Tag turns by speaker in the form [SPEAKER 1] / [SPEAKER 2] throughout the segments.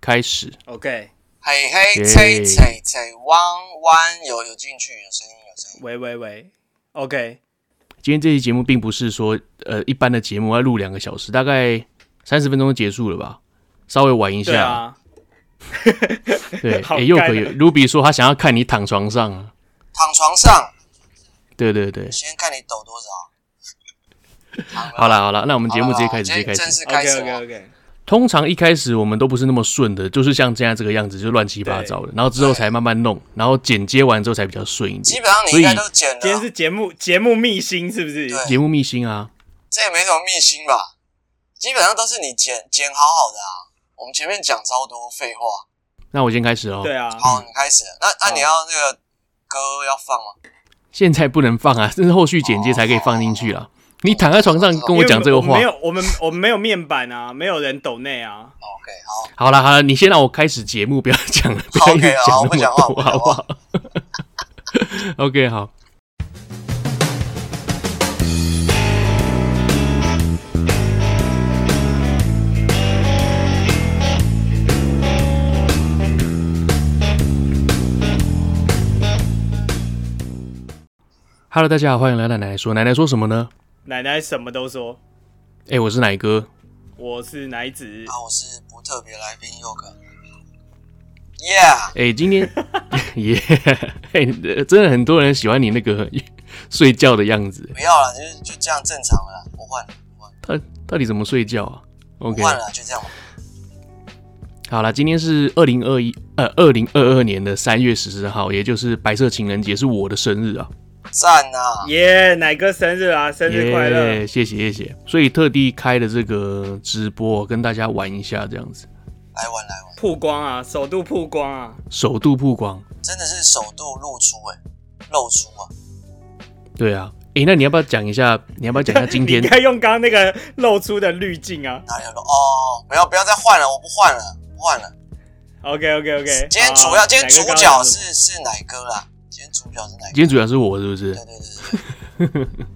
[SPEAKER 1] 开始。
[SPEAKER 2] OK，
[SPEAKER 3] 嘿嘿，吹吹吹，汪汪，有有进去，有声音，有声音。
[SPEAKER 2] 喂喂喂，OK，
[SPEAKER 1] 今天这期节目并不是说呃一般的节目要录两个小时，大概三十分钟就结束了吧，稍微晚一
[SPEAKER 2] 对
[SPEAKER 1] 下。
[SPEAKER 2] 啊，
[SPEAKER 1] 对，
[SPEAKER 2] 好
[SPEAKER 1] 哎，又
[SPEAKER 2] 干
[SPEAKER 1] 可以。卢比说他想要看你躺床上啊。
[SPEAKER 3] 躺床上，
[SPEAKER 1] 对对对，
[SPEAKER 3] 先看你抖多少。
[SPEAKER 1] 好啦好啦，那我们节目直接开始，直接
[SPEAKER 3] 今
[SPEAKER 1] 开
[SPEAKER 3] 天正
[SPEAKER 1] 始。
[SPEAKER 3] 式开
[SPEAKER 2] OK
[SPEAKER 3] 始
[SPEAKER 2] OK
[SPEAKER 3] 哦。
[SPEAKER 2] OK，
[SPEAKER 1] 通常一开始我们都不是那么顺的，就是像现在这个样子，就乱七八糟的，然后之后才慢慢弄，然后剪接完之后才比较顺一
[SPEAKER 3] 基
[SPEAKER 1] 点。
[SPEAKER 3] 本上你应该都剪
[SPEAKER 2] 今天
[SPEAKER 3] 了，
[SPEAKER 2] 是节目节目秘辛是不是？
[SPEAKER 3] 对
[SPEAKER 1] 节目秘辛啊，
[SPEAKER 3] 这也没什么秘辛吧？基本上都是你剪剪好好的啊。我们前面讲超多废话。
[SPEAKER 1] 那我先开始哦。
[SPEAKER 2] 对啊，
[SPEAKER 3] 好，你开始了。那那
[SPEAKER 2] 好
[SPEAKER 3] 你要那个歌要放吗？
[SPEAKER 1] 现在不能放啊，这是后续剪接才可以放进去啦。你躺在床上跟我讲这个
[SPEAKER 2] 因
[SPEAKER 1] 话
[SPEAKER 2] 为，我们没有，我们我们没有面板啊，没有人抖内啊。
[SPEAKER 3] OK，好，
[SPEAKER 1] 好啦好啦，你先让我开始节目，不要讲了，不
[SPEAKER 3] 好
[SPEAKER 1] 要一直
[SPEAKER 3] OK，好
[SPEAKER 1] 讲
[SPEAKER 3] 我不
[SPEAKER 1] 那
[SPEAKER 3] 讲
[SPEAKER 1] 么
[SPEAKER 3] 话
[SPEAKER 1] 多，
[SPEAKER 3] 我不讲
[SPEAKER 1] 好不
[SPEAKER 3] 话
[SPEAKER 1] 好 ？OK，好。Hello，大家好，欢迎来到奶奶说。奶奶说什么呢？
[SPEAKER 2] 奶奶什么都说，
[SPEAKER 1] 哎、我是奶哥。
[SPEAKER 2] 我是奶子。
[SPEAKER 3] 那我是不特别来宾 Yoga。Yeah，
[SPEAKER 1] 哎、今天 耶，嘿、呃真的很多人喜欢你那个 睡觉的样子。
[SPEAKER 3] 不要了，就是就这样正常了啦，不换了，不换了，
[SPEAKER 1] 到到底怎么睡觉啊
[SPEAKER 3] 不
[SPEAKER 1] ？OK，
[SPEAKER 3] 换了，就这样吧。
[SPEAKER 1] 好啦，今天是二零二一呃二零二二年的三月十四号，也就是白色情人节，是我的生日啊！
[SPEAKER 3] 赞呐！
[SPEAKER 2] 耶、奶哥生日啊，生日快乐！
[SPEAKER 1] 耶谢谢谢谢。所以特地开了这个直播，跟大家玩一下这样子，
[SPEAKER 3] 来玩来玩，
[SPEAKER 2] 曝光啊，首度曝光啊，
[SPEAKER 1] 首度曝光。
[SPEAKER 3] 真的是首度露出哎、露出啊！
[SPEAKER 1] 对啊，诶、那你要不要讲一下？你要不要讲一下今天
[SPEAKER 2] 你应？该用刚刚那个露出的滤镜啊。
[SPEAKER 3] 哪里有露？哦，不要不要再换了，我不换了，不换了。
[SPEAKER 2] OK OK OK，
[SPEAKER 3] 今天主要、今天主角是是奶哥啦，今天主角是奶
[SPEAKER 1] 今
[SPEAKER 3] 哥。
[SPEAKER 1] 天主要是我是不是
[SPEAKER 3] 对对对对，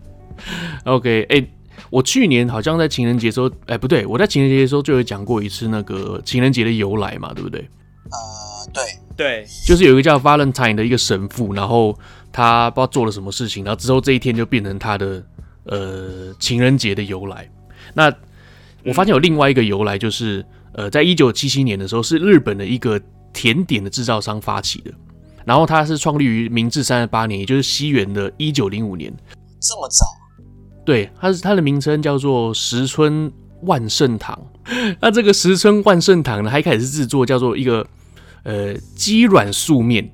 [SPEAKER 1] ？OK，诶、我去年好像在情人节的时候，哎、不对，我在情人节的时候就有讲过一次那个情人节的由来嘛，对不对？
[SPEAKER 3] 呃，对，
[SPEAKER 2] 对，
[SPEAKER 1] 就是有一个叫 Valentine 的一个神父，然后他不知道做了什么事情，然后之后这一天就变成他的呃情人节的由来。那我发现有另外一个由来，就是呃，在一九七七年的时候，是日本的一个甜点的制造商发起的，然后它是创立于明治三十八年，也就是西元的一九零五年。
[SPEAKER 3] 这么早，
[SPEAKER 1] 对，它是它的名称叫做石村万圣堂。那这个石村万圣堂呢，它一开始是制作叫做一个呃鸡软素面，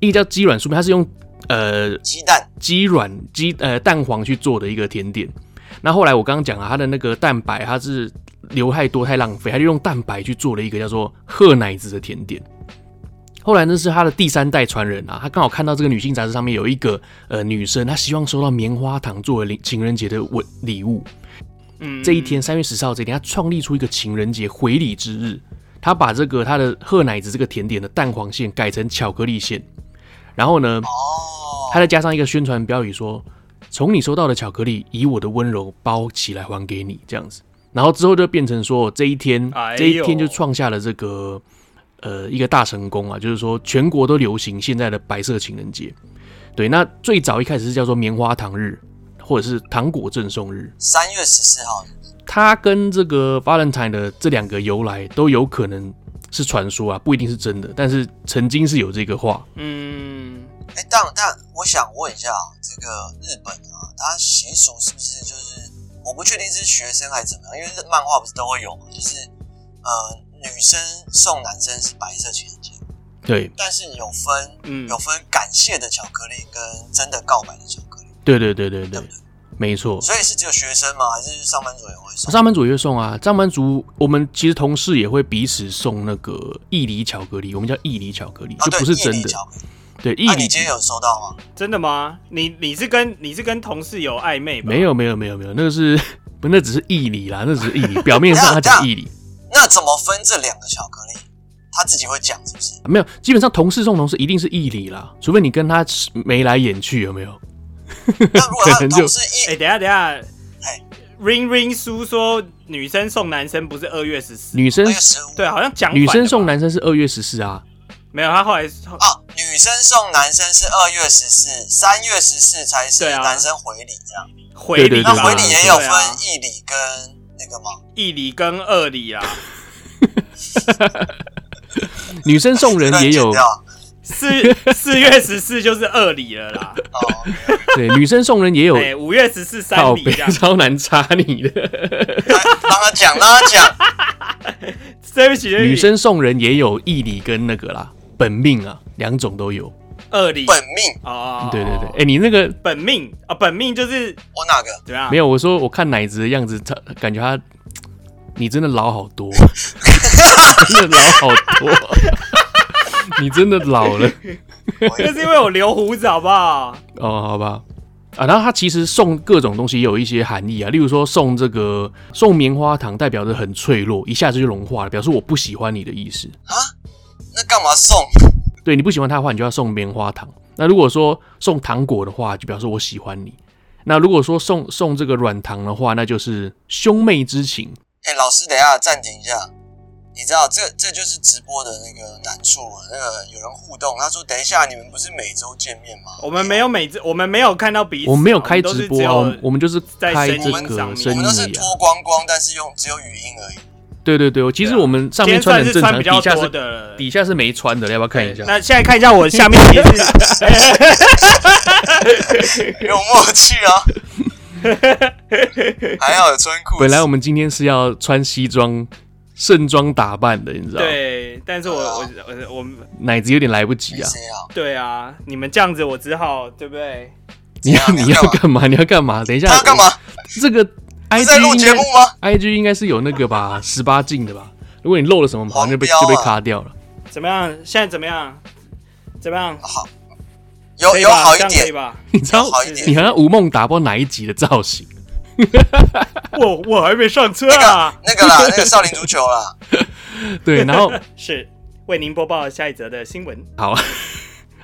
[SPEAKER 1] 一个叫鸡软素面，它是用呃
[SPEAKER 3] 鸡蛋
[SPEAKER 1] 鸡软鸡呃蛋黄去做的一个甜点。那后来我刚刚讲了，它的那个蛋白它是留太多太浪费，它就用蛋白去做了一个叫做褐奶子的甜点。后来呢是他的第三代传人啊，他刚好看到这个女性杂志上面有一个呃女生，她希望收到棉花糖作为礼情人节的文礼物。
[SPEAKER 2] 嗯，
[SPEAKER 1] 这一天三月十四号这一天，他创立出一个情人节回礼之日，他把这个他的褐奶子这个甜点的蛋黄馅改成巧克力馅，然后呢，
[SPEAKER 3] 哦，
[SPEAKER 1] 他再加上一个宣传标语说：“从你收到的巧克力，以我的温柔包起来还给你。”这样子，然后之后就变成说这一天，
[SPEAKER 2] 哎呦
[SPEAKER 1] 这一天就创下了这个呃一个大成功啊，就是说全国都流行现在的白色情人节。对，那最早一开始是叫做棉花糖日，或者是糖果赠送日。
[SPEAKER 3] 三月十四号，
[SPEAKER 1] 它跟这个 Valentine 的这两个由来都有可能是传说啊，不一定是真的，但是曾经是有这个话。
[SPEAKER 2] 嗯，
[SPEAKER 3] 哎，但但我想问一下，啊这个日本啊，它习俗是不是就是我不确定是学生还是怎么样，因为这漫画不是都会有嘛，就是呃，女生送男生是白色情人节，
[SPEAKER 1] 对，
[SPEAKER 3] 但是有分
[SPEAKER 2] 嗯
[SPEAKER 3] 有分感谢的巧克力跟真的告白的巧克力，
[SPEAKER 1] 对对对对对，没错。
[SPEAKER 3] 所以是只有学生吗？还是上班族也会送？
[SPEAKER 1] 上班族也会送啊，上班族我们其实同事也会彼此送那个意梨巧克力，我们叫意梨巧克力，
[SPEAKER 3] 啊，
[SPEAKER 1] 就
[SPEAKER 3] 对，
[SPEAKER 1] 不是真
[SPEAKER 3] 意
[SPEAKER 1] 的
[SPEAKER 3] 梨。巧克力。
[SPEAKER 1] 对，意
[SPEAKER 3] 那、
[SPEAKER 1] 梨
[SPEAKER 3] 你今天有收到吗？
[SPEAKER 2] 真的吗？你你是跟你是跟同事有暧昧吧？
[SPEAKER 1] 没有没有没有没有，那个是 不那只是意梨啦，那只是意梨，表面上他讲意 梨，
[SPEAKER 3] 那怎么分这两个巧克力？他自己会讲是不 是？
[SPEAKER 1] 没有，基本上同事送同事一定是意梨啦，除非你跟他眉来眼去，有没有？
[SPEAKER 3] 那如果他
[SPEAKER 1] 可能
[SPEAKER 3] 的
[SPEAKER 1] 就
[SPEAKER 3] 同事
[SPEAKER 2] 哎、
[SPEAKER 3] 一
[SPEAKER 2] 等一下等一下
[SPEAKER 3] 嘿，
[SPEAKER 2] Ring Ring 叔说女生送男生不是二月十四，
[SPEAKER 1] 女生
[SPEAKER 3] 那个食物
[SPEAKER 2] 对，
[SPEAKER 1] 啊
[SPEAKER 2] 好像讲反
[SPEAKER 1] 女
[SPEAKER 2] 了
[SPEAKER 1] 生送
[SPEAKER 2] 吧
[SPEAKER 1] 男生是二月十四啊，
[SPEAKER 2] 没有，他后来
[SPEAKER 3] 啊，女生送男生是二月十四，三月十四才是
[SPEAKER 2] 对啊
[SPEAKER 3] 男生回礼这样。
[SPEAKER 2] 回礼
[SPEAKER 1] 对
[SPEAKER 2] 吧，
[SPEAKER 1] 啊
[SPEAKER 3] 那回礼也有
[SPEAKER 2] 对
[SPEAKER 3] 分
[SPEAKER 2] 啊
[SPEAKER 3] 一礼跟那个吗？
[SPEAKER 2] 一礼跟二礼啊啦。
[SPEAKER 1] 女生送人 也有
[SPEAKER 3] 乱剪掉
[SPEAKER 2] 四 四月十四就是二礼了啦，
[SPEAKER 3] 哦，
[SPEAKER 1] 对，女生送人 也有
[SPEAKER 2] 哎，五月十四三
[SPEAKER 1] 靠
[SPEAKER 2] 礼
[SPEAKER 1] 背，
[SPEAKER 2] 这样。
[SPEAKER 1] 超难插你的。
[SPEAKER 3] 让他讲，让他 讲。
[SPEAKER 2] 对不起， 对不起
[SPEAKER 1] 女生送人也有义理跟那个啦，本命啊，两种都有。
[SPEAKER 2] 二礼
[SPEAKER 3] 本命，
[SPEAKER 2] 哦，
[SPEAKER 1] 对对对，哎、，你那个
[SPEAKER 2] 本命啊，本命就是
[SPEAKER 3] 我哪个？
[SPEAKER 2] 怎么样？
[SPEAKER 1] 没有，我说我看奶子的样子，他感觉他，你真的老好多， 真的老好多， 你真的老了
[SPEAKER 3] 我
[SPEAKER 2] 就是因为我留胡子，好不好？
[SPEAKER 1] 哦，好吧。啊，然后他其实送各种东西也有一些含义啊，例如说送这个送棉花糖，代表着很脆弱，一下子就融化了，表示我不喜欢你的意思。
[SPEAKER 3] 那干嘛送？
[SPEAKER 1] 对你不喜欢他的话，你就要送棉花糖。那如果说送糖果的话，就表示我喜欢你。那如果说送送这个软糖的话，那就是兄妹之情。
[SPEAKER 3] 哎、老师，等一下暂停一下。你知道这这就是直播的那个难处啊，那个有人互动，他说等一下你们不是每周见面吗？
[SPEAKER 2] 我们没有每次，我们没有看到彼此，哦
[SPEAKER 1] 我们没有开
[SPEAKER 2] 都是
[SPEAKER 1] 直播
[SPEAKER 2] 只
[SPEAKER 1] 啊，
[SPEAKER 2] 有
[SPEAKER 1] 我们我们就是
[SPEAKER 2] 在
[SPEAKER 1] 开
[SPEAKER 2] 声
[SPEAKER 1] 这
[SPEAKER 2] 音
[SPEAKER 1] 个
[SPEAKER 2] 上
[SPEAKER 1] 生
[SPEAKER 2] 面
[SPEAKER 3] 我们都是
[SPEAKER 1] 意啊。
[SPEAKER 3] 脱光光，但是用只有语音而已。
[SPEAKER 1] 对对对，其实
[SPEAKER 2] 对啊
[SPEAKER 1] 我们上
[SPEAKER 2] 今
[SPEAKER 1] 面
[SPEAKER 2] 天
[SPEAKER 1] 穿
[SPEAKER 2] 算
[SPEAKER 1] 的很
[SPEAKER 2] 是
[SPEAKER 1] 正
[SPEAKER 2] 穿
[SPEAKER 1] 常，
[SPEAKER 2] 比较
[SPEAKER 1] 底下
[SPEAKER 2] 多
[SPEAKER 1] 是
[SPEAKER 2] 的。
[SPEAKER 1] 底下是没穿的，要不要看一下？
[SPEAKER 2] 那现在看一下我下面也是，
[SPEAKER 3] 有默契啊！还好有穿裤子。
[SPEAKER 1] 本来我们今天是要穿西装盛装打扮的，你知道吗？
[SPEAKER 2] 对，但是我我我我
[SPEAKER 1] 奶子有点来不及啊！
[SPEAKER 3] 谁啊？
[SPEAKER 2] 对啊，你们这样子我只好对不对？
[SPEAKER 1] 你要
[SPEAKER 3] 怎样
[SPEAKER 1] 你要
[SPEAKER 3] 要干
[SPEAKER 1] 干嘛？你要干嘛？等哎一下，
[SPEAKER 3] 他要干嘛？
[SPEAKER 1] 这个
[SPEAKER 3] 是
[SPEAKER 1] IG
[SPEAKER 3] 在录节目吗？
[SPEAKER 1] I G 应该是有那个吧，十八禁的吧？如果你漏了什么，好像就被、
[SPEAKER 3] 黄标啊
[SPEAKER 1] 就被卡掉了。
[SPEAKER 2] 怎么样？现在怎么样？怎么样？
[SPEAKER 3] 好，有
[SPEAKER 2] 可以
[SPEAKER 3] 有
[SPEAKER 2] 吧
[SPEAKER 3] 好一
[SPEAKER 2] 这样可以
[SPEAKER 3] 点，
[SPEAKER 2] 吧？
[SPEAKER 1] 你知道
[SPEAKER 3] 有，好一
[SPEAKER 1] 你
[SPEAKER 3] 点。
[SPEAKER 1] 好像吴梦达不知道哪一集的造型，
[SPEAKER 2] 我我还没上车
[SPEAKER 3] 那
[SPEAKER 2] 啊
[SPEAKER 3] 个。那个啦，那个少林足球啦，
[SPEAKER 1] 对，然后
[SPEAKER 2] 是为您播报下一则的新闻。
[SPEAKER 1] 好。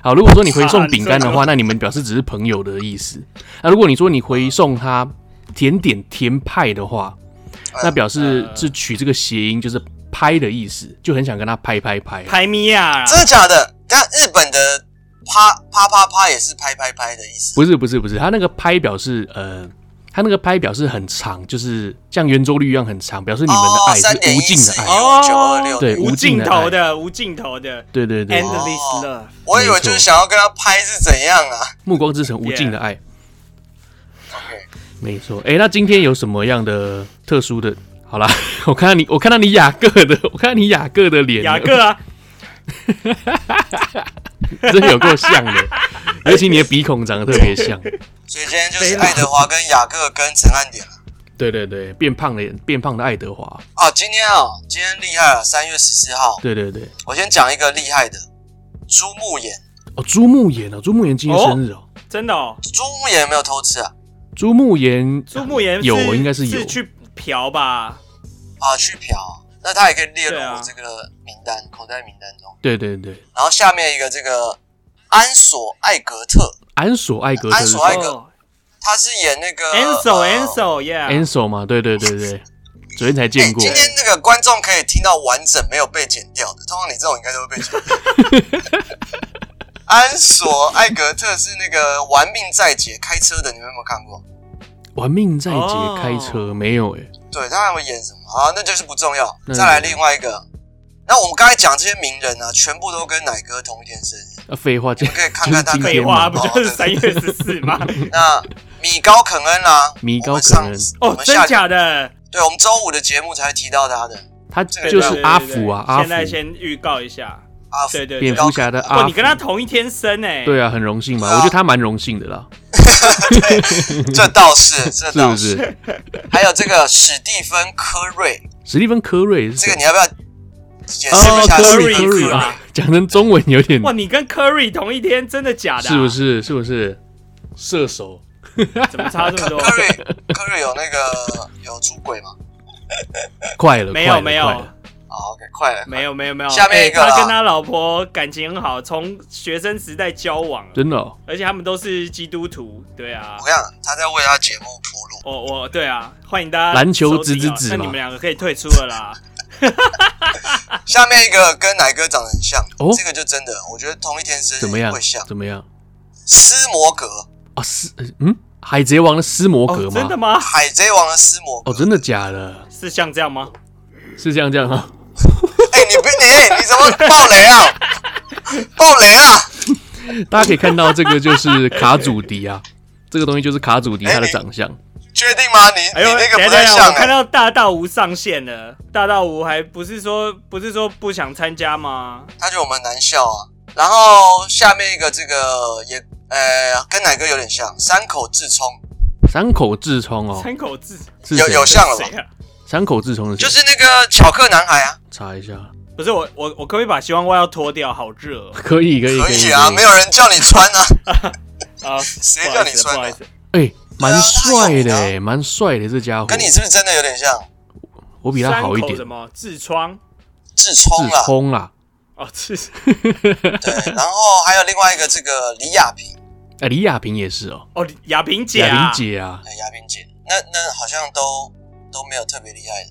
[SPEAKER 1] 好，如果说你回
[SPEAKER 2] 啊
[SPEAKER 1] 送
[SPEAKER 2] 你
[SPEAKER 1] 饼
[SPEAKER 2] 说
[SPEAKER 1] 干的
[SPEAKER 2] 什
[SPEAKER 1] 话，
[SPEAKER 2] 么
[SPEAKER 1] 那你们表示只是朋友的意思。那如果你说你回送他甜点甜派的话，那表示
[SPEAKER 2] 呃
[SPEAKER 1] 是取这个谐音，就是拍的意思，就很想跟他拍拍拍。
[SPEAKER 2] 拍米亚啦，
[SPEAKER 3] 真的假的？但日本的啪啪啪啪也是拍拍拍的意思。
[SPEAKER 1] 不是不是不是，他那个拍表示呃，他那个拍表示很长，就是像圆周率一样很长，表示你们的
[SPEAKER 3] 哦
[SPEAKER 1] 爱是无尽的
[SPEAKER 3] 3.14
[SPEAKER 1] 爱。
[SPEAKER 2] 哦
[SPEAKER 3] 九二六
[SPEAKER 1] 对
[SPEAKER 2] 无
[SPEAKER 1] 无尽
[SPEAKER 2] 尽
[SPEAKER 1] 的
[SPEAKER 2] 头的，无尽头的
[SPEAKER 1] 对对对，
[SPEAKER 2] ，endless
[SPEAKER 3] 哦
[SPEAKER 2] love。
[SPEAKER 3] 我以为就是想要跟他拍是怎样啊？
[SPEAKER 1] 暮光之城无尽的爱。
[SPEAKER 3] OK
[SPEAKER 1] 没错，哎、那今天有什么样的特殊的？好啦， 我看到你，我看到你雅各的， 我看到你雅各的脸了，
[SPEAKER 2] 雅各啊，
[SPEAKER 1] 真的有够像的，尤其你的鼻孔长得特别像。
[SPEAKER 3] 所以今天就是爱德华跟雅各跟陈汉典了。
[SPEAKER 1] 对对对，变胖的变胖的爱德华，
[SPEAKER 3] 哦，今天哦，今天厉害了，三月十四号，
[SPEAKER 1] 对对对，
[SPEAKER 3] 我先讲一个厉害的，朱木炎。
[SPEAKER 1] 哦，朱木炎哦，朱木炎今天生日哦，
[SPEAKER 2] 真的哦，
[SPEAKER 3] 朱木炎有没有偷吃啊？
[SPEAKER 1] 朱木炎，
[SPEAKER 2] 朱木炎是
[SPEAKER 1] 有应该是有
[SPEAKER 2] 是去嫖吧？
[SPEAKER 3] 啊，去嫖，那他也可以列入
[SPEAKER 2] 对啊
[SPEAKER 3] 我这个名单、口袋名单中。
[SPEAKER 1] 对对对，
[SPEAKER 3] 然后下面一个这个安索艾格特，
[SPEAKER 1] 安索艾格特
[SPEAKER 3] 安
[SPEAKER 1] 是
[SPEAKER 3] 索艾格
[SPEAKER 2] 哦
[SPEAKER 3] 他是演那个
[SPEAKER 2] Ansel
[SPEAKER 3] 呃
[SPEAKER 2] Ansel yeah，
[SPEAKER 1] Ansel 嘛，对对对对，昨天才
[SPEAKER 3] 哎
[SPEAKER 1] 见过
[SPEAKER 3] 今。天那个观众可以听到完整没有被剪掉的，通常你这种应该都会被剪掉。 安索艾格特是那个《玩命在劫》开车的，你们有没有看过？
[SPEAKER 1] 玩命在
[SPEAKER 2] 哦
[SPEAKER 1] 劫开车没有哎、
[SPEAKER 3] 对他还会演什么啊？那就是不重要。
[SPEAKER 1] 那
[SPEAKER 3] 再来另外一个，那我们刚才讲这些名人呢、全部都跟奶哥同一天 生
[SPEAKER 1] 啊，
[SPEAKER 3] 日。
[SPEAKER 1] 废话，就
[SPEAKER 3] 我们可以看
[SPEAKER 1] 就是
[SPEAKER 3] 看他
[SPEAKER 1] 今
[SPEAKER 3] 可以
[SPEAKER 2] 废
[SPEAKER 1] 天
[SPEAKER 2] 话
[SPEAKER 1] 嘛
[SPEAKER 3] 哦
[SPEAKER 2] 不， 就是三月十四 吗？
[SPEAKER 3] 那米高肯恩啦、
[SPEAKER 1] 米高
[SPEAKER 3] 我们
[SPEAKER 1] 肯
[SPEAKER 3] 上
[SPEAKER 1] 恩
[SPEAKER 3] 我
[SPEAKER 2] 哦，
[SPEAKER 3] 们
[SPEAKER 2] 真
[SPEAKER 3] 下
[SPEAKER 2] 假的？
[SPEAKER 3] 对，我们周五的节目才提到他的
[SPEAKER 1] 他
[SPEAKER 3] 这个
[SPEAKER 1] 就
[SPEAKER 2] 对
[SPEAKER 1] 是
[SPEAKER 2] 对
[SPEAKER 1] 阿
[SPEAKER 2] 对对
[SPEAKER 1] 福啊，
[SPEAKER 2] 对
[SPEAKER 1] 阿
[SPEAKER 2] 现在
[SPEAKER 1] 福，
[SPEAKER 2] 先预告一下，
[SPEAKER 3] 阿福
[SPEAKER 2] 对对对
[SPEAKER 1] 蝙。蝠侠的
[SPEAKER 2] 哇，
[SPEAKER 1] 阿
[SPEAKER 2] 你
[SPEAKER 1] 福
[SPEAKER 2] 跟，他同一天生哎、
[SPEAKER 1] 对啊，很荣幸嘛，
[SPEAKER 3] 对啊
[SPEAKER 1] 我觉得他蛮荣幸的啦，
[SPEAKER 3] 这倒是，这
[SPEAKER 1] 是
[SPEAKER 3] 倒
[SPEAKER 1] 不是？
[SPEAKER 3] 还有这个史蒂芬科瑞，
[SPEAKER 1] 史蒂芬科瑞是
[SPEAKER 3] 这
[SPEAKER 1] 谁
[SPEAKER 3] 个你要不要解释
[SPEAKER 1] 哦
[SPEAKER 3] 一下？
[SPEAKER 2] 科
[SPEAKER 1] 科
[SPEAKER 2] 瑞
[SPEAKER 1] 瑞
[SPEAKER 2] 科
[SPEAKER 1] 科
[SPEAKER 2] 瑞
[SPEAKER 1] 瑞
[SPEAKER 2] 吧
[SPEAKER 1] 啊， 讲成中文有点
[SPEAKER 2] 哇，你跟 Curry 同一天，真的假的、啊
[SPEAKER 1] 是不？是？是不是？射手
[SPEAKER 2] 怎么差这么多？
[SPEAKER 3] 科瑞科瑞有那个有出轨吗？
[SPEAKER 1] 快了，
[SPEAKER 2] 没
[SPEAKER 1] 快
[SPEAKER 2] 有
[SPEAKER 1] 了
[SPEAKER 2] 没
[SPEAKER 1] 快
[SPEAKER 2] 有
[SPEAKER 1] 了，
[SPEAKER 3] 啊、好，OK，快了，
[SPEAKER 2] 没有没有没有，
[SPEAKER 3] 下面一个啦啊
[SPEAKER 2] 哎他跟他老婆感情很好，从学生时代交往，
[SPEAKER 1] 真的、哦，
[SPEAKER 2] 而且他们都是基督徒，对啊
[SPEAKER 3] 我。跟你讲，他在为他节目铺路。
[SPEAKER 2] 我我对啊，欢迎大家
[SPEAKER 1] 篮球
[SPEAKER 2] 收听啊
[SPEAKER 1] 子子子
[SPEAKER 2] 那
[SPEAKER 1] 嘛
[SPEAKER 2] 你们两个可以退出了啦。
[SPEAKER 3] 下面一个跟奶哥长得很像，
[SPEAKER 1] 哦
[SPEAKER 3] 这个就真的，我觉得同一天生日
[SPEAKER 1] 怎么样
[SPEAKER 3] 会？像
[SPEAKER 1] 怎么样？
[SPEAKER 3] 斯摩格，
[SPEAKER 1] 啊，斯嗯，海贼王的斯摩格
[SPEAKER 2] 哦，
[SPEAKER 1] 吗？
[SPEAKER 2] 真的吗？
[SPEAKER 3] 海贼王的斯摩格。
[SPEAKER 1] 哦，真的假的？
[SPEAKER 2] 是像这样吗？
[SPEAKER 1] 是这样这样啊？
[SPEAKER 3] 哎、你不你、哎你怎么爆雷啊？爆雷啊！
[SPEAKER 1] 大家可以看到这个就是卡祖笛啊，这个东西就是卡祖笛它
[SPEAKER 2] 哎
[SPEAKER 1] 的长相。
[SPEAKER 3] 确定吗？你、
[SPEAKER 2] 哎呦，
[SPEAKER 3] 你
[SPEAKER 2] 等
[SPEAKER 3] 那
[SPEAKER 2] 一下
[SPEAKER 3] 个
[SPEAKER 2] 等
[SPEAKER 3] 不太
[SPEAKER 2] 一下，
[SPEAKER 3] 像
[SPEAKER 2] 我看
[SPEAKER 3] 哎、
[SPEAKER 2] 到大道无上线了，大道无还不是说不是说不想参加吗？
[SPEAKER 3] 他觉得我们难笑啊。然后下面一个这个也呃跟奶哥有点像，山口智充
[SPEAKER 1] 山口智充哦，
[SPEAKER 2] 三口字
[SPEAKER 1] 是
[SPEAKER 3] 有
[SPEAKER 1] 谁
[SPEAKER 3] 有像了吧
[SPEAKER 2] 谁？啊？
[SPEAKER 1] 山口智充的
[SPEAKER 3] 就是那个巧克男孩啊，
[SPEAKER 1] 查一下，
[SPEAKER 2] 不是我我我可不可以把希望外套脱掉？好热哦
[SPEAKER 1] 可以可以
[SPEAKER 3] 可
[SPEAKER 1] 可以
[SPEAKER 3] 以啊，没有人叫你穿啊，
[SPEAKER 2] 啊！
[SPEAKER 3] 谁
[SPEAKER 2] 不
[SPEAKER 3] 叫
[SPEAKER 2] 好
[SPEAKER 3] 你
[SPEAKER 2] 意思，
[SPEAKER 3] 穿
[SPEAKER 2] 不好
[SPEAKER 3] 的
[SPEAKER 2] 意？思，
[SPEAKER 1] 哎，
[SPEAKER 3] 啊
[SPEAKER 1] 蛮帅
[SPEAKER 3] 对
[SPEAKER 1] 的
[SPEAKER 3] 啊
[SPEAKER 1] 欸，蛮帅的这家伙
[SPEAKER 3] 跟，你是不是真的有点像
[SPEAKER 1] 我比他
[SPEAKER 2] 山口
[SPEAKER 1] 好一点
[SPEAKER 2] 什。么痔疮
[SPEAKER 3] 智充
[SPEAKER 1] 智
[SPEAKER 3] 啦？
[SPEAKER 1] 充啊，
[SPEAKER 2] 哦，痔
[SPEAKER 3] 对，然后还有另外一个这个李亚平，
[SPEAKER 1] 哎，李亚平也是哦，
[SPEAKER 2] 哦，亚萍姐
[SPEAKER 1] 亚
[SPEAKER 2] 啊，
[SPEAKER 1] 萍姐啊，
[SPEAKER 3] 哎，亚平姐，那那好像都都没有特别厉害的，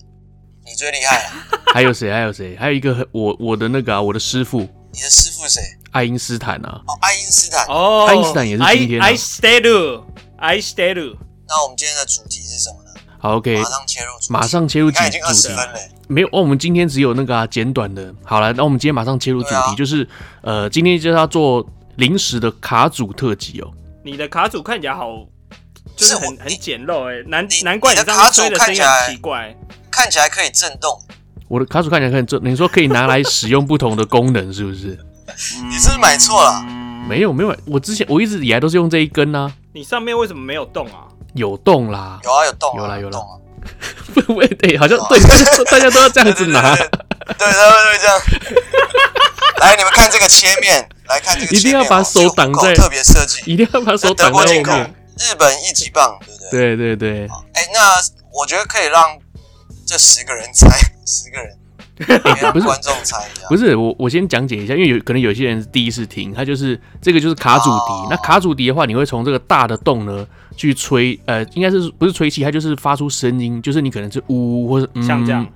[SPEAKER 3] 你最厉害了。
[SPEAKER 1] 还有谁还有谁，还有一个很我我的那个啊，我的师傅
[SPEAKER 3] 你的师傅谁？
[SPEAKER 1] 爱因斯坦啊，
[SPEAKER 3] 哦，爱因斯坦。
[SPEAKER 2] 哦，
[SPEAKER 1] 爱因斯坦也是今天啊
[SPEAKER 2] I I stay do I stay do，
[SPEAKER 3] 那我们今天的主题是什么呢？
[SPEAKER 1] 好 OK，
[SPEAKER 3] 马上切入主题，
[SPEAKER 1] 马上切入
[SPEAKER 3] 你
[SPEAKER 1] 主
[SPEAKER 3] 看已经二
[SPEAKER 1] 主
[SPEAKER 3] 十
[SPEAKER 1] 题
[SPEAKER 3] 分。了欸，
[SPEAKER 1] 没有，哦，我们今天只有那个、啊、简短的。好了，那我们今天马上切入主题，
[SPEAKER 3] 对啊
[SPEAKER 1] 就是呃，今天就是要做临时的卡组特辑哦。
[SPEAKER 2] 你的卡组看起来好，就是
[SPEAKER 3] 是我
[SPEAKER 2] 很很
[SPEAKER 3] 你
[SPEAKER 2] 简陋哎，难
[SPEAKER 3] 你
[SPEAKER 2] 难怪
[SPEAKER 3] 你的
[SPEAKER 2] 上
[SPEAKER 3] 卡
[SPEAKER 2] 次
[SPEAKER 3] 组
[SPEAKER 2] 吹的声
[SPEAKER 3] 看
[SPEAKER 2] 音
[SPEAKER 3] 起来
[SPEAKER 2] 很奇怪，
[SPEAKER 3] 看起来可以震动。
[SPEAKER 1] 我的卡组看起来很正，你说可以拿来使用不同的功能，是不是？
[SPEAKER 3] 你是不是买错了？
[SPEAKER 1] 没有没有，我之前我一直以来都是用这一根啊，
[SPEAKER 2] 你上面为什么没有动啊？
[SPEAKER 1] 有动啦，
[SPEAKER 3] 有哦啊，有动
[SPEAKER 1] 有啦
[SPEAKER 3] 啊，
[SPEAKER 1] 有啦
[SPEAKER 3] 动啊。
[SPEAKER 1] 不不，哎、好像对，大家都大家都要这样
[SPEAKER 3] 对
[SPEAKER 1] 子
[SPEAKER 3] 对对
[SPEAKER 1] 拿
[SPEAKER 3] 对，，对，他们会 这样。来，你们看这个切面，来看这个切面哦，
[SPEAKER 1] 一定要把手
[SPEAKER 3] 这个
[SPEAKER 1] 挡
[SPEAKER 3] Funko
[SPEAKER 1] 在
[SPEAKER 3] 特别设计，
[SPEAKER 1] 一定要把手
[SPEAKER 3] 德
[SPEAKER 1] 挡
[SPEAKER 3] 国
[SPEAKER 1] 在
[SPEAKER 3] 进
[SPEAKER 1] 后
[SPEAKER 3] 口
[SPEAKER 1] 面。，
[SPEAKER 3] 日本一级棒，对不对？
[SPEAKER 1] 啊对对对，
[SPEAKER 3] 哎，那我觉得可以让这十个人猜，十个 人，可以让
[SPEAKER 1] 不是
[SPEAKER 3] 观众猜一下。
[SPEAKER 1] 不是我，我先讲解一下，因为有可能有些人是第一次听，它就是这个就是卡主笛。
[SPEAKER 3] 哦
[SPEAKER 1] 那卡主笛的话，你会从这个大的洞呢去吹，呃，应该是不是吹气，它就是发出声音，就是你可能是呜或者嗯，
[SPEAKER 2] 像这样，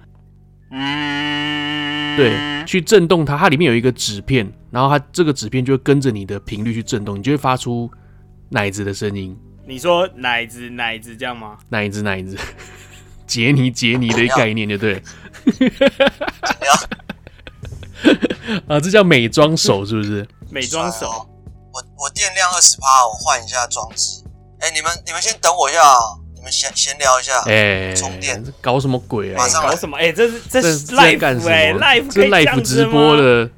[SPEAKER 2] 嗯
[SPEAKER 1] 对，去震动它。它里面有一个纸片，然后它这个纸片就会跟着你的频率去震动，你就会发出奶子的声音，
[SPEAKER 2] 你说奶子奶子这样吗？
[SPEAKER 1] 奶子奶子， 杰尼杰尼的概念，就对了。
[SPEAKER 3] 你要
[SPEAKER 1] 啊，这叫美妆手是不是？
[SPEAKER 2] 美妆
[SPEAKER 3] 哎
[SPEAKER 2] 手
[SPEAKER 3] 呦，我我电量二十趴，我换一下装置。哎，你们你们先等我一下啊，你们闲闲聊一下。
[SPEAKER 1] 哎、
[SPEAKER 3] 啊充电
[SPEAKER 1] 搞什么鬼啊
[SPEAKER 3] 马？上
[SPEAKER 2] 搞什么？哎，这是这
[SPEAKER 1] 这
[SPEAKER 2] 是
[SPEAKER 1] 是在
[SPEAKER 2] live
[SPEAKER 1] 干什
[SPEAKER 2] 哎
[SPEAKER 1] 么
[SPEAKER 2] ，live 可
[SPEAKER 1] 这
[SPEAKER 2] 以这样
[SPEAKER 1] live
[SPEAKER 2] 子
[SPEAKER 1] 直
[SPEAKER 2] 吗
[SPEAKER 1] 播的，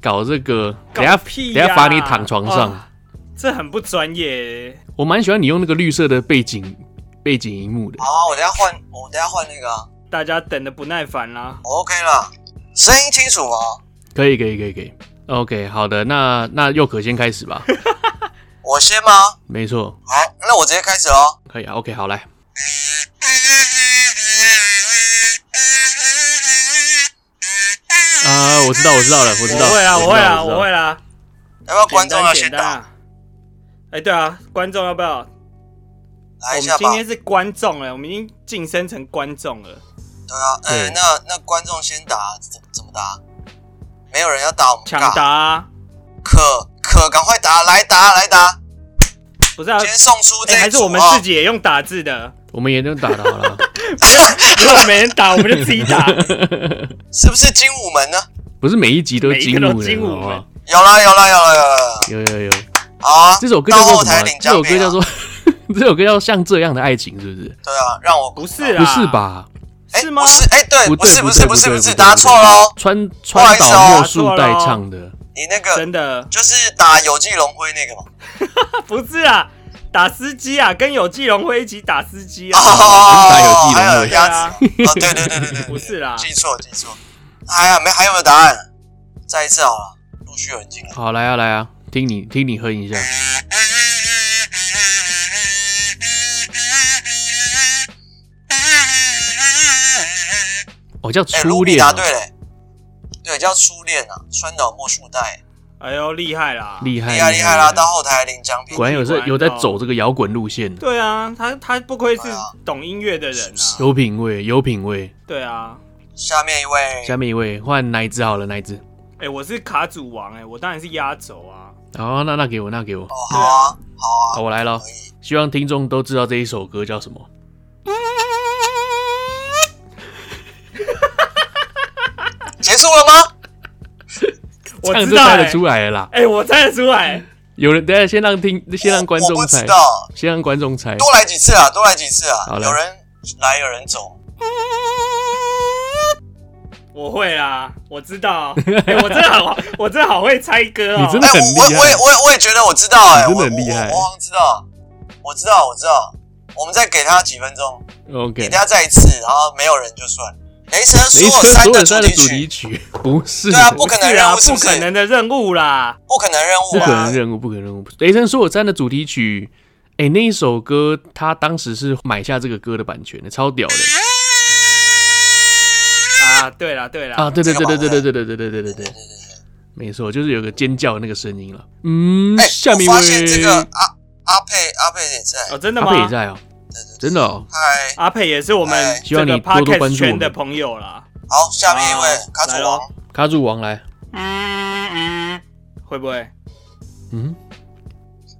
[SPEAKER 1] 搞这个，等下
[SPEAKER 2] 搞屁
[SPEAKER 1] 等
[SPEAKER 2] 呀
[SPEAKER 1] 下罚你躺床上
[SPEAKER 2] 啊。这很不专业。
[SPEAKER 1] 我蛮喜欢你用那个绿色的背景背景荧幕的
[SPEAKER 3] 好，啊，我等一下换，我等一下换那个啊，
[SPEAKER 2] 大家等的不耐烦啦。
[SPEAKER 3] 我 OK 啦。声音清楚哦吗？
[SPEAKER 1] 可以可以可以可以。OK，好的，那那佑可先开始 吧。
[SPEAKER 3] 我先吗？
[SPEAKER 1] 没错，
[SPEAKER 3] 好，那我直接开始哦喽。
[SPEAKER 1] 可以啊。OK，好来，
[SPEAKER 3] 啊
[SPEAKER 1] 我知道我知道了我知
[SPEAKER 2] 我
[SPEAKER 1] 道
[SPEAKER 2] 会啊，
[SPEAKER 1] 我知道
[SPEAKER 2] 我会啊，
[SPEAKER 1] 我知道
[SPEAKER 2] 我会啦。
[SPEAKER 3] 要不要观众要
[SPEAKER 2] 简
[SPEAKER 3] 先
[SPEAKER 2] 单
[SPEAKER 3] 打？
[SPEAKER 2] 啊。哎，对啊，观众要不要？我
[SPEAKER 3] 来一
[SPEAKER 2] 们
[SPEAKER 3] 下
[SPEAKER 2] 今
[SPEAKER 3] 吧。
[SPEAKER 2] 天是观众了，我们已经晋升成观众了。
[SPEAKER 3] 对啊，
[SPEAKER 1] 对
[SPEAKER 3] 哎，那那观众先打，怎怎么打？没有人要打，我们
[SPEAKER 2] 抢
[SPEAKER 3] 尬
[SPEAKER 2] 答啊，
[SPEAKER 3] 可可，赶快打，来打，来打！
[SPEAKER 2] 不是啊？
[SPEAKER 3] 今天送出这
[SPEAKER 2] 哎，还
[SPEAKER 3] 一
[SPEAKER 2] 是我
[SPEAKER 3] 组
[SPEAKER 2] 们
[SPEAKER 3] 啊
[SPEAKER 2] 自！己也用打字的？
[SPEAKER 1] 我们也能打到了，
[SPEAKER 2] 如果没人打， 我们就自己打。
[SPEAKER 3] 是不是精武门呢？
[SPEAKER 1] 不是每一集都是
[SPEAKER 2] 每一
[SPEAKER 1] 精
[SPEAKER 2] 个都
[SPEAKER 1] 武人
[SPEAKER 2] 精武
[SPEAKER 1] 好不好
[SPEAKER 2] 人
[SPEAKER 3] 有啦，有啦，有啦，有啦有啦！
[SPEAKER 1] 有有有，
[SPEAKER 3] 好啊，
[SPEAKER 1] 这首歌叫
[SPEAKER 3] 到
[SPEAKER 1] 做
[SPEAKER 3] 后
[SPEAKER 1] 什么
[SPEAKER 3] 台
[SPEAKER 1] 啊？
[SPEAKER 3] 领
[SPEAKER 1] 这
[SPEAKER 3] 奖
[SPEAKER 1] 首歌
[SPEAKER 3] 品
[SPEAKER 1] 叫
[SPEAKER 3] 啊。
[SPEAKER 1] 做 这首歌叫像这样的爱情，是不是？
[SPEAKER 3] 对啊，让我
[SPEAKER 2] 不是啊，
[SPEAKER 1] 不是？吧？
[SPEAKER 3] 哎，
[SPEAKER 2] 是吗
[SPEAKER 3] 不是，哎，对，
[SPEAKER 1] 不
[SPEAKER 3] 不是，
[SPEAKER 1] 对，不
[SPEAKER 3] 是，
[SPEAKER 1] 对，
[SPEAKER 3] 不是，
[SPEAKER 1] 对
[SPEAKER 3] 不是，
[SPEAKER 1] 对
[SPEAKER 3] 答
[SPEAKER 1] 对
[SPEAKER 3] 错喽！
[SPEAKER 1] 川
[SPEAKER 3] 不好
[SPEAKER 1] 川
[SPEAKER 3] 意思
[SPEAKER 1] 岛
[SPEAKER 3] 哦
[SPEAKER 1] 茉树代唱的，
[SPEAKER 3] 你那个
[SPEAKER 2] 真的
[SPEAKER 3] 就是打有纪龙辉那个嘛？
[SPEAKER 2] 不是啊，打司机啊，跟有纪龙辉一起打司机 啊。
[SPEAKER 3] 哦，
[SPEAKER 1] 打有纪龙
[SPEAKER 3] 还有
[SPEAKER 1] 对
[SPEAKER 2] 对
[SPEAKER 3] 鸭子。
[SPEAKER 2] 啊，
[SPEAKER 3] 哦，对对对对对，
[SPEAKER 2] 不是啦
[SPEAKER 3] 记错记错。哎呀，没还有没有答案？再一次好了，陆续有人进来。
[SPEAKER 1] 好，来啊，来啊，听你听你哼一下。哦，叫
[SPEAKER 3] 哎，
[SPEAKER 1] 初
[SPEAKER 3] 卢比
[SPEAKER 1] 恋、
[SPEAKER 3] 答
[SPEAKER 1] 啊。
[SPEAKER 3] 哎
[SPEAKER 1] 哦
[SPEAKER 3] 对嘞，对，叫初恋啊，川岛茉树代，
[SPEAKER 2] 哎呦，厉害啦！
[SPEAKER 1] 厉害
[SPEAKER 3] 厉害厉害啦，到后台领奖品
[SPEAKER 1] 哎果，然有
[SPEAKER 2] 果
[SPEAKER 1] 在
[SPEAKER 2] 然
[SPEAKER 1] 有在
[SPEAKER 2] 哦
[SPEAKER 1] 走这个摇滚路线，
[SPEAKER 2] 对啊，他他不愧是
[SPEAKER 3] 对啊
[SPEAKER 2] 懂音乐的人啊。
[SPEAKER 1] 有品味，有品味。
[SPEAKER 2] 对啊，
[SPEAKER 3] 下面一位
[SPEAKER 1] 下面一位换奶子好了，奶子。
[SPEAKER 2] 哎、我是卡主王哎、我当然是压 轴啊。
[SPEAKER 1] 好，那那给我，那给我，
[SPEAKER 3] 哦，好啊好
[SPEAKER 1] 好，
[SPEAKER 3] 啊，
[SPEAKER 1] 我来了
[SPEAKER 3] 可。以，
[SPEAKER 1] 希望听众都知道这一首歌叫什么。
[SPEAKER 3] 结束了吗？
[SPEAKER 2] 我
[SPEAKER 1] 唱
[SPEAKER 2] 知
[SPEAKER 1] 就
[SPEAKER 2] 道、
[SPEAKER 1] 猜
[SPEAKER 2] 欸
[SPEAKER 1] 得，出来了啦。
[SPEAKER 2] 哎、我猜得出来。
[SPEAKER 1] 有人，等一下先让听，先让观
[SPEAKER 3] 我
[SPEAKER 1] 众
[SPEAKER 3] 不
[SPEAKER 1] 猜
[SPEAKER 3] 知，道，
[SPEAKER 1] 先让观众猜。
[SPEAKER 3] 多来几次啊，多来几次啊
[SPEAKER 1] 好，来
[SPEAKER 3] 有人来有人走，
[SPEAKER 2] 我会啦，我知道。 哎、我真的好，我真的好会猜歌哦、
[SPEAKER 1] 你真的
[SPEAKER 3] 哎，我
[SPEAKER 1] 很
[SPEAKER 3] 我
[SPEAKER 1] 厉害
[SPEAKER 3] 我也我也我也觉得我知道哎，
[SPEAKER 1] 你真
[SPEAKER 3] 我
[SPEAKER 1] 的很厉害
[SPEAKER 3] 我我我好像知道，我知道我知道，我们再给他几分钟，给
[SPEAKER 1] OK，
[SPEAKER 3] 大家再一次，然后没有人就算。雷神
[SPEAKER 1] 雷
[SPEAKER 3] 所有
[SPEAKER 1] 神
[SPEAKER 3] 三
[SPEAKER 1] 索
[SPEAKER 3] 的
[SPEAKER 1] 尔
[SPEAKER 3] 主
[SPEAKER 1] 山的
[SPEAKER 3] 题
[SPEAKER 1] 主题
[SPEAKER 3] 曲，
[SPEAKER 1] 曲不是，
[SPEAKER 3] 对啊不
[SPEAKER 2] 不
[SPEAKER 3] 可能
[SPEAKER 2] 是
[SPEAKER 3] 任
[SPEAKER 2] 啊，
[SPEAKER 3] 务是
[SPEAKER 2] 不
[SPEAKER 3] 不是
[SPEAKER 2] 可能的任务啦。
[SPEAKER 3] 不可能任
[SPEAKER 1] 不
[SPEAKER 3] 务
[SPEAKER 1] 可
[SPEAKER 3] 啊
[SPEAKER 1] 能！任务，不可能任务。雷神索尔山的主题曲，哎，那一首歌，他当时是买下这个歌的版权的，超屌的
[SPEAKER 2] 啊，对啦，对啦。
[SPEAKER 1] 啊！对对
[SPEAKER 3] 这
[SPEAKER 1] 对
[SPEAKER 3] 个
[SPEAKER 1] 对
[SPEAKER 3] 版
[SPEAKER 1] 对
[SPEAKER 3] 本
[SPEAKER 1] 对对对对对对对
[SPEAKER 3] 对
[SPEAKER 1] 对
[SPEAKER 3] 对，对
[SPEAKER 1] 没错，就是有个尖叫的那个声音了。嗯，
[SPEAKER 3] 哎、
[SPEAKER 1] 下面一
[SPEAKER 3] 我发现这
[SPEAKER 1] 位，
[SPEAKER 3] 个阿阿佩阿佩也在，
[SPEAKER 2] 哦，真的
[SPEAKER 1] 阿佩也
[SPEAKER 2] 吗？
[SPEAKER 1] 在哦，
[SPEAKER 3] 对对对，
[SPEAKER 1] 真的哦。
[SPEAKER 3] 嗨，
[SPEAKER 2] 阿佩也是我们
[SPEAKER 3] 哎
[SPEAKER 1] 希望
[SPEAKER 2] 这个
[SPEAKER 1] 你多多关
[SPEAKER 2] podcast
[SPEAKER 1] 注我们
[SPEAKER 2] 圈的朋友啦。
[SPEAKER 3] 好，下面一位、
[SPEAKER 2] 啊
[SPEAKER 3] 卡主
[SPEAKER 2] 来咯
[SPEAKER 3] 王，
[SPEAKER 1] 卡住王来，
[SPEAKER 3] 嗯
[SPEAKER 2] 会不会？
[SPEAKER 1] 嗯，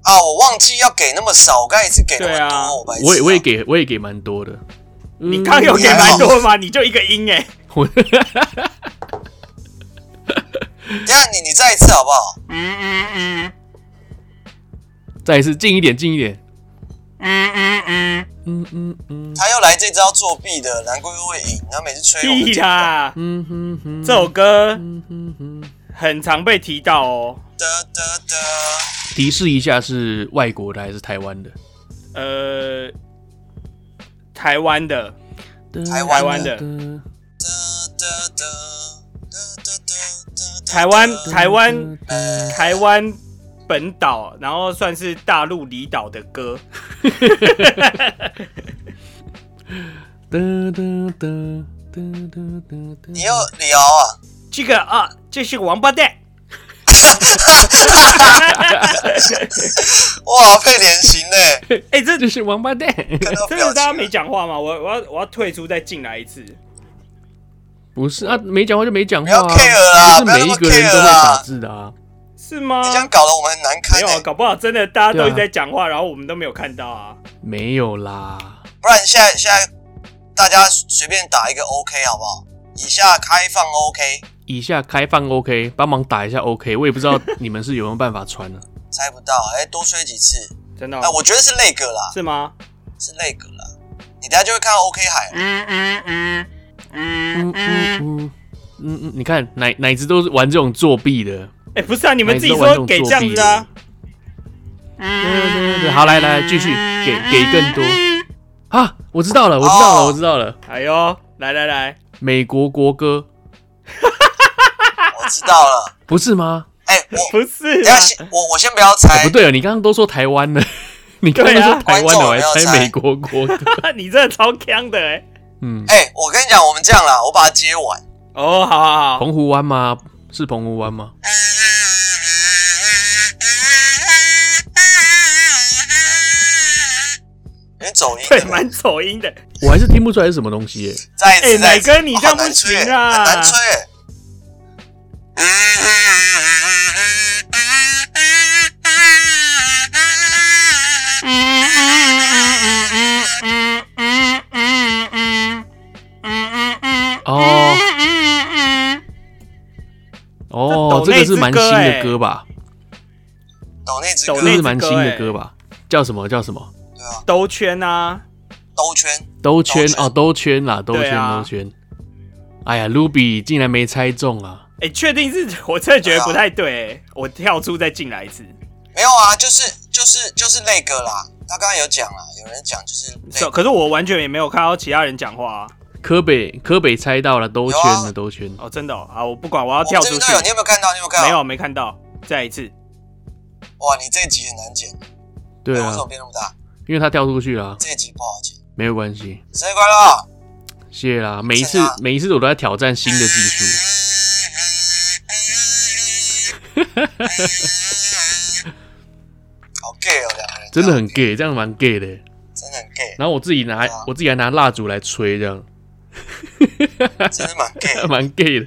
[SPEAKER 3] 啊，我忘记要给那么少，我刚才一次给那么
[SPEAKER 2] 对啊
[SPEAKER 3] 多，我白痴、
[SPEAKER 1] 我也我也，给我也给蛮多的。
[SPEAKER 2] 你
[SPEAKER 1] 嗯
[SPEAKER 2] 刚有给蛮多嘛，你就一个音哎、
[SPEAKER 1] 我
[SPEAKER 3] 等一下你你再一次好不好？嗯
[SPEAKER 1] 再一次近一点，近一点。嗯嗯嗯
[SPEAKER 3] 他又来这招作弊的，难怪会赢，他每次吹我
[SPEAKER 2] 屁
[SPEAKER 3] 们
[SPEAKER 2] 啦！
[SPEAKER 1] 嗯哼哼，
[SPEAKER 2] 这首歌
[SPEAKER 1] 嗯哼哼。
[SPEAKER 2] 很常被提到哦。
[SPEAKER 3] 得得得，
[SPEAKER 1] 提示一下，是外国的还是台湾的？
[SPEAKER 2] 呃，台湾的，
[SPEAKER 3] 台
[SPEAKER 2] 台湾的
[SPEAKER 3] 得得得得得得得，
[SPEAKER 2] 台湾台湾
[SPEAKER 1] 湾
[SPEAKER 2] 台湾本岛，然后算是大陆离岛的歌。
[SPEAKER 3] 你又聊啊？
[SPEAKER 2] 这个啊，这是王八蛋。
[SPEAKER 3] 哇，阿佩脸型嘞，
[SPEAKER 2] 哎、这
[SPEAKER 1] 这是王八蛋，
[SPEAKER 3] 看 到
[SPEAKER 2] 真
[SPEAKER 3] 表
[SPEAKER 2] 的大家没
[SPEAKER 3] 情，啊
[SPEAKER 2] 讲话吗？我我要我要退出再进来一次。
[SPEAKER 1] 不是啊，没讲话就没讲
[SPEAKER 3] 不
[SPEAKER 1] 话、
[SPEAKER 3] 要
[SPEAKER 1] 啊，
[SPEAKER 3] care 啦，
[SPEAKER 1] 不
[SPEAKER 3] 不要
[SPEAKER 1] 是
[SPEAKER 3] 那
[SPEAKER 1] 每一
[SPEAKER 3] 么
[SPEAKER 1] 个人
[SPEAKER 3] care
[SPEAKER 1] 都会打
[SPEAKER 3] 啦，
[SPEAKER 1] 字的啊。
[SPEAKER 2] 是吗
[SPEAKER 3] 你？这样搞得我们很难
[SPEAKER 2] 没
[SPEAKER 3] 堪
[SPEAKER 2] 有
[SPEAKER 3] 欸
[SPEAKER 2] 啊，搞不好真的大家都
[SPEAKER 1] 对啊
[SPEAKER 2] 一直在讲话，然后我们都没有看到啊。
[SPEAKER 1] 没有啦，
[SPEAKER 3] 不然现在现在大家随便打一个 OK 好不好？以下开放 OK，
[SPEAKER 1] 以下开放 OK，帮忙打一下 OK，我也不知道你们是有没有办法穿呢、
[SPEAKER 3] 猜不到，哎、多吹几次，
[SPEAKER 2] 真的哦、
[SPEAKER 3] 哎、我觉得是那个啦，
[SPEAKER 2] 是吗？
[SPEAKER 3] 是那个啦，你等下就会看到 OK 海了，
[SPEAKER 1] 嗯嗯嗯嗯嗯，你看哪哪只都是玩这种作弊的。
[SPEAKER 2] 哎、不是啊，你
[SPEAKER 1] 你
[SPEAKER 2] 们自己说给这样子啊。
[SPEAKER 1] 好，来来继续给给更多啊！我知道了，我知道了，
[SPEAKER 3] 哦
[SPEAKER 1] 我知道了。
[SPEAKER 2] 哎呦，来来来，
[SPEAKER 1] 美国国歌
[SPEAKER 3] 我知道了，
[SPEAKER 1] 不是吗？
[SPEAKER 3] 哎、我
[SPEAKER 2] 不是
[SPEAKER 3] 等
[SPEAKER 2] 啊
[SPEAKER 3] 下，先我我先不要猜，
[SPEAKER 1] 不对哦，你刚刚都说台湾的， 你刚刚都
[SPEAKER 2] 哎对啊
[SPEAKER 1] 说台湾的，我还
[SPEAKER 3] 观众有没有
[SPEAKER 1] 猜
[SPEAKER 3] 猜
[SPEAKER 1] 美国国歌。
[SPEAKER 2] 你真的超强的哎、
[SPEAKER 1] 嗯，
[SPEAKER 3] 哎、我跟你讲，我们这样啦，我把它接完，
[SPEAKER 2] 哦，好好 好，
[SPEAKER 1] 澎湖湾吗？是澎湖湾吗？
[SPEAKER 3] 有点走音
[SPEAKER 2] 对，
[SPEAKER 3] 的，
[SPEAKER 2] 蛮走音的。
[SPEAKER 1] 我还是听不出来是什么东西耶。
[SPEAKER 3] 再
[SPEAKER 2] 哎、
[SPEAKER 3] 一次，再
[SPEAKER 2] 奶
[SPEAKER 3] 一次，
[SPEAKER 2] 哥，你这样不行
[SPEAKER 3] 哦
[SPEAKER 2] 啊！
[SPEAKER 3] 很难吹、欸。
[SPEAKER 1] 哦
[SPEAKER 2] 哎
[SPEAKER 1] 哦，
[SPEAKER 2] 这
[SPEAKER 1] 这
[SPEAKER 2] 抖内
[SPEAKER 1] 个是蛮新
[SPEAKER 2] 之歌
[SPEAKER 1] 的
[SPEAKER 2] 哎
[SPEAKER 1] 歌吧？
[SPEAKER 3] 抖内之歌
[SPEAKER 2] 抖
[SPEAKER 1] 这个
[SPEAKER 2] 内
[SPEAKER 1] 是蛮新
[SPEAKER 2] 之歌
[SPEAKER 1] 的
[SPEAKER 2] 哎
[SPEAKER 1] 歌吧？叫什么？叫什么？
[SPEAKER 2] 兜圈啊，
[SPEAKER 3] 兜圈，
[SPEAKER 1] 兜圈
[SPEAKER 3] 兜圈
[SPEAKER 1] 哦，兜圈啦，兜
[SPEAKER 2] 对
[SPEAKER 1] 圈
[SPEAKER 2] 啊
[SPEAKER 1] 兜圈。哎呀，Ruby 竟然没猜中啊！
[SPEAKER 2] 哎、确定是我真的觉得不太对、
[SPEAKER 3] 啊
[SPEAKER 2] 欸，我跳出再进来一次。
[SPEAKER 3] 没有啊，就是就是就是那个啦。他刚刚有讲啦，有人讲就是那
[SPEAKER 2] 是可是我完全也没有看到其他人讲话、啊、
[SPEAKER 1] 柯北柯北猜到了，兜圈
[SPEAKER 3] 有
[SPEAKER 1] 了，
[SPEAKER 3] 啊
[SPEAKER 1] 兜圈。
[SPEAKER 2] 哦，真的哦、啊，我不管，我要
[SPEAKER 3] 我
[SPEAKER 2] 跳
[SPEAKER 3] 们这
[SPEAKER 2] 出去
[SPEAKER 3] 边都。哦有，你有没有看到？你有没有看到？
[SPEAKER 2] 没有，没看到，再一次。
[SPEAKER 3] 哇，你这一集很难剪，
[SPEAKER 1] 对
[SPEAKER 3] 为
[SPEAKER 1] 啊
[SPEAKER 3] 什么，变那么大？
[SPEAKER 1] 因为他跳出去了啊，
[SPEAKER 3] 这一集不好剪。
[SPEAKER 1] 没有关系。
[SPEAKER 3] 生日快乐！
[SPEAKER 1] 谢啦！每一次
[SPEAKER 3] 是啊
[SPEAKER 1] 每一次我都在挑战新的技术。
[SPEAKER 3] 好 gay 哦，两个人
[SPEAKER 1] 真的很 gay，这样蛮 gay 的。
[SPEAKER 3] 真的很 gay，
[SPEAKER 1] 然后我自己拿
[SPEAKER 3] 对啊，
[SPEAKER 1] 我自己还拿蜡烛来吹，这样
[SPEAKER 3] 真的蛮 gay 的。
[SPEAKER 1] 蛮 gay 的。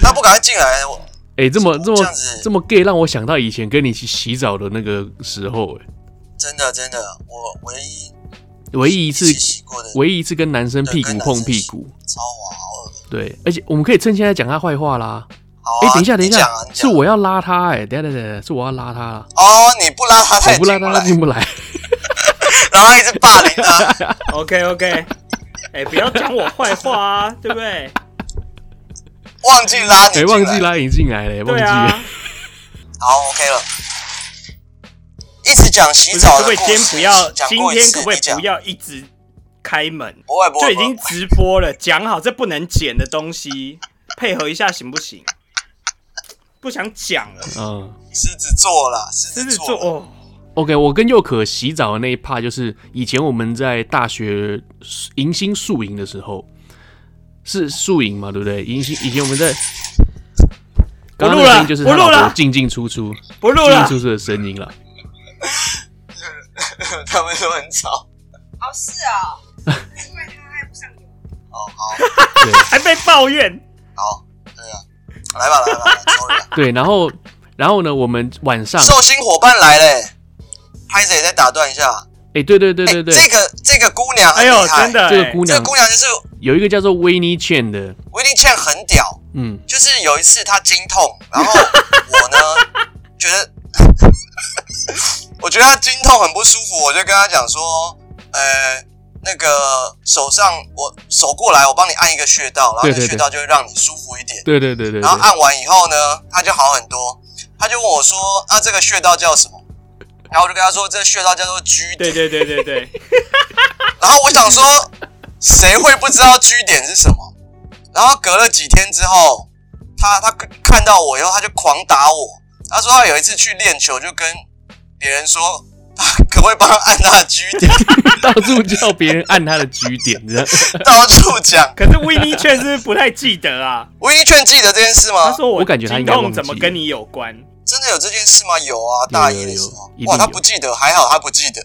[SPEAKER 3] 他不赶快进来，我
[SPEAKER 1] 哎、这么这么
[SPEAKER 3] 哦这样子
[SPEAKER 1] 这么 gay，让我想到以前跟你一起洗澡的那个时候、哎，
[SPEAKER 3] 真的真的，我唯一
[SPEAKER 1] 唯一一次
[SPEAKER 3] 一起洗过的
[SPEAKER 1] 唯一一次跟男生
[SPEAKER 3] 对
[SPEAKER 1] 屁
[SPEAKER 3] 跟
[SPEAKER 1] 股
[SPEAKER 3] 男
[SPEAKER 1] 碰
[SPEAKER 3] 生
[SPEAKER 1] 屁
[SPEAKER 3] 洗
[SPEAKER 1] 股，
[SPEAKER 3] 超滑，好恶。
[SPEAKER 1] 对，而且我们可以趁现在讲他坏话啦。
[SPEAKER 3] 好
[SPEAKER 1] 哎、
[SPEAKER 3] 啊，
[SPEAKER 1] 等一下，等一
[SPEAKER 3] 你
[SPEAKER 1] 下，
[SPEAKER 3] 讲啊你
[SPEAKER 1] 是
[SPEAKER 3] 讲
[SPEAKER 1] 我要拉他、哎，等一下等一下等一下，是我要拉他啦，
[SPEAKER 3] 哦，你不拉他，他
[SPEAKER 1] 我
[SPEAKER 3] 也
[SPEAKER 1] 不拉
[SPEAKER 3] 进
[SPEAKER 1] 他，
[SPEAKER 3] 来
[SPEAKER 1] 他进不来。
[SPEAKER 3] 然后一直霸凌他。
[SPEAKER 2] OK OK，哎、不要讲我坏话啊，对不对？
[SPEAKER 3] 忘记拉
[SPEAKER 1] 哎、
[SPEAKER 3] 你进来，
[SPEAKER 1] 忘记拉你进来了、忘
[SPEAKER 2] 对
[SPEAKER 1] 记
[SPEAKER 2] 啊
[SPEAKER 1] 了。，
[SPEAKER 3] 好，OK 了。一直讲洗
[SPEAKER 2] 不是
[SPEAKER 3] 澡
[SPEAKER 2] 可不可
[SPEAKER 3] 的
[SPEAKER 2] 以
[SPEAKER 3] 故
[SPEAKER 2] 今天
[SPEAKER 3] 事，
[SPEAKER 2] 不要，
[SPEAKER 3] 讲
[SPEAKER 2] 今
[SPEAKER 3] 过一
[SPEAKER 2] 天
[SPEAKER 3] 次
[SPEAKER 2] 可不可以
[SPEAKER 3] 你讲
[SPEAKER 2] 不要一直开门？
[SPEAKER 3] 不会不
[SPEAKER 2] 就
[SPEAKER 3] 会，
[SPEAKER 2] 已经
[SPEAKER 3] 不会
[SPEAKER 2] 直播了，讲好这不能剪的东西，配合一下行不行？不想讲了，
[SPEAKER 1] 嗯
[SPEAKER 3] 狮子座啦，狮
[SPEAKER 2] 狮
[SPEAKER 3] 子
[SPEAKER 2] 子座
[SPEAKER 3] 座，
[SPEAKER 2] 哦，
[SPEAKER 1] ，OK，我跟佑可洗澡的那一趴，就是以前我们在大学迎新宿营的时候，是宿营嘛，对不对？迎新以前我们在，
[SPEAKER 2] 不
[SPEAKER 1] 刚刚那
[SPEAKER 2] 录
[SPEAKER 1] 个
[SPEAKER 2] 了
[SPEAKER 1] 声音就是他
[SPEAKER 2] 不录
[SPEAKER 1] 老婆
[SPEAKER 2] 了
[SPEAKER 1] 进进出出、
[SPEAKER 2] 不录
[SPEAKER 1] 进进
[SPEAKER 2] 了，
[SPEAKER 1] 出出的声音了。
[SPEAKER 3] 他们都很吵。
[SPEAKER 4] 哦，是啊，因为他爱不上你。
[SPEAKER 3] 哦，好
[SPEAKER 1] 对。
[SPEAKER 2] 还被抱怨，
[SPEAKER 3] 好，对啊，来吧来吧，来吧 sorry 啊
[SPEAKER 1] 对，然后然后呢，我们晚 上，
[SPEAKER 3] 寿星伙伴来嘞，拍子也再打断一下。
[SPEAKER 1] 哎、对对对
[SPEAKER 3] 哎
[SPEAKER 1] 对对，
[SPEAKER 3] 这个这个姑娘
[SPEAKER 2] 哎
[SPEAKER 3] 很
[SPEAKER 2] 呦，
[SPEAKER 3] 厉害，
[SPEAKER 2] 真的、
[SPEAKER 1] 这
[SPEAKER 2] 哎
[SPEAKER 1] 个姑
[SPEAKER 3] 这
[SPEAKER 1] 娘
[SPEAKER 3] 个姑娘就是
[SPEAKER 1] 有一个叫做 Winnie Chen 的，
[SPEAKER 3] w i l l i Chen 很屌，
[SPEAKER 1] 嗯，
[SPEAKER 3] 就是有一次她经痛，然后 我呢觉得， 我觉得她经痛很不舒服，我就跟她讲说，呃，那个手上我手过来，我帮你按一个穴道，然后
[SPEAKER 1] 对
[SPEAKER 3] 那个
[SPEAKER 1] 对
[SPEAKER 3] 穴
[SPEAKER 1] 对
[SPEAKER 3] 道就会让你舒服一点。
[SPEAKER 1] 对对对对对
[SPEAKER 3] 然后，按完以后呢，他就好很多。他就问我说：“啊，这个穴道叫什么？”然后我就跟他说：“这个穴道叫做 G
[SPEAKER 2] 对
[SPEAKER 3] 点。
[SPEAKER 2] 对对对对，”
[SPEAKER 3] 然后我想说，谁会不知道 G 点是什么？然后隔了几天之后，他他看到我以后，他就狂打我。他说他有一次去练球，就跟别人说，他可不可以帮他按他的 G 点，
[SPEAKER 1] 到处叫别人按他的局点，这样
[SPEAKER 3] 到处讲。
[SPEAKER 2] 可是维尼确实不太记得 啊。
[SPEAKER 3] 维尼劝记得这件事
[SPEAKER 2] 他
[SPEAKER 3] 吗？
[SPEAKER 2] 说
[SPEAKER 1] 我感觉他应
[SPEAKER 2] 经
[SPEAKER 1] 该忘
[SPEAKER 2] 痛
[SPEAKER 1] 记
[SPEAKER 2] 怎么跟你有关
[SPEAKER 3] 真的有这件事吗？有啊，大一的时候
[SPEAKER 1] 有有有一定。
[SPEAKER 3] 哇，他
[SPEAKER 1] 有
[SPEAKER 3] 不记得，还好他不记得。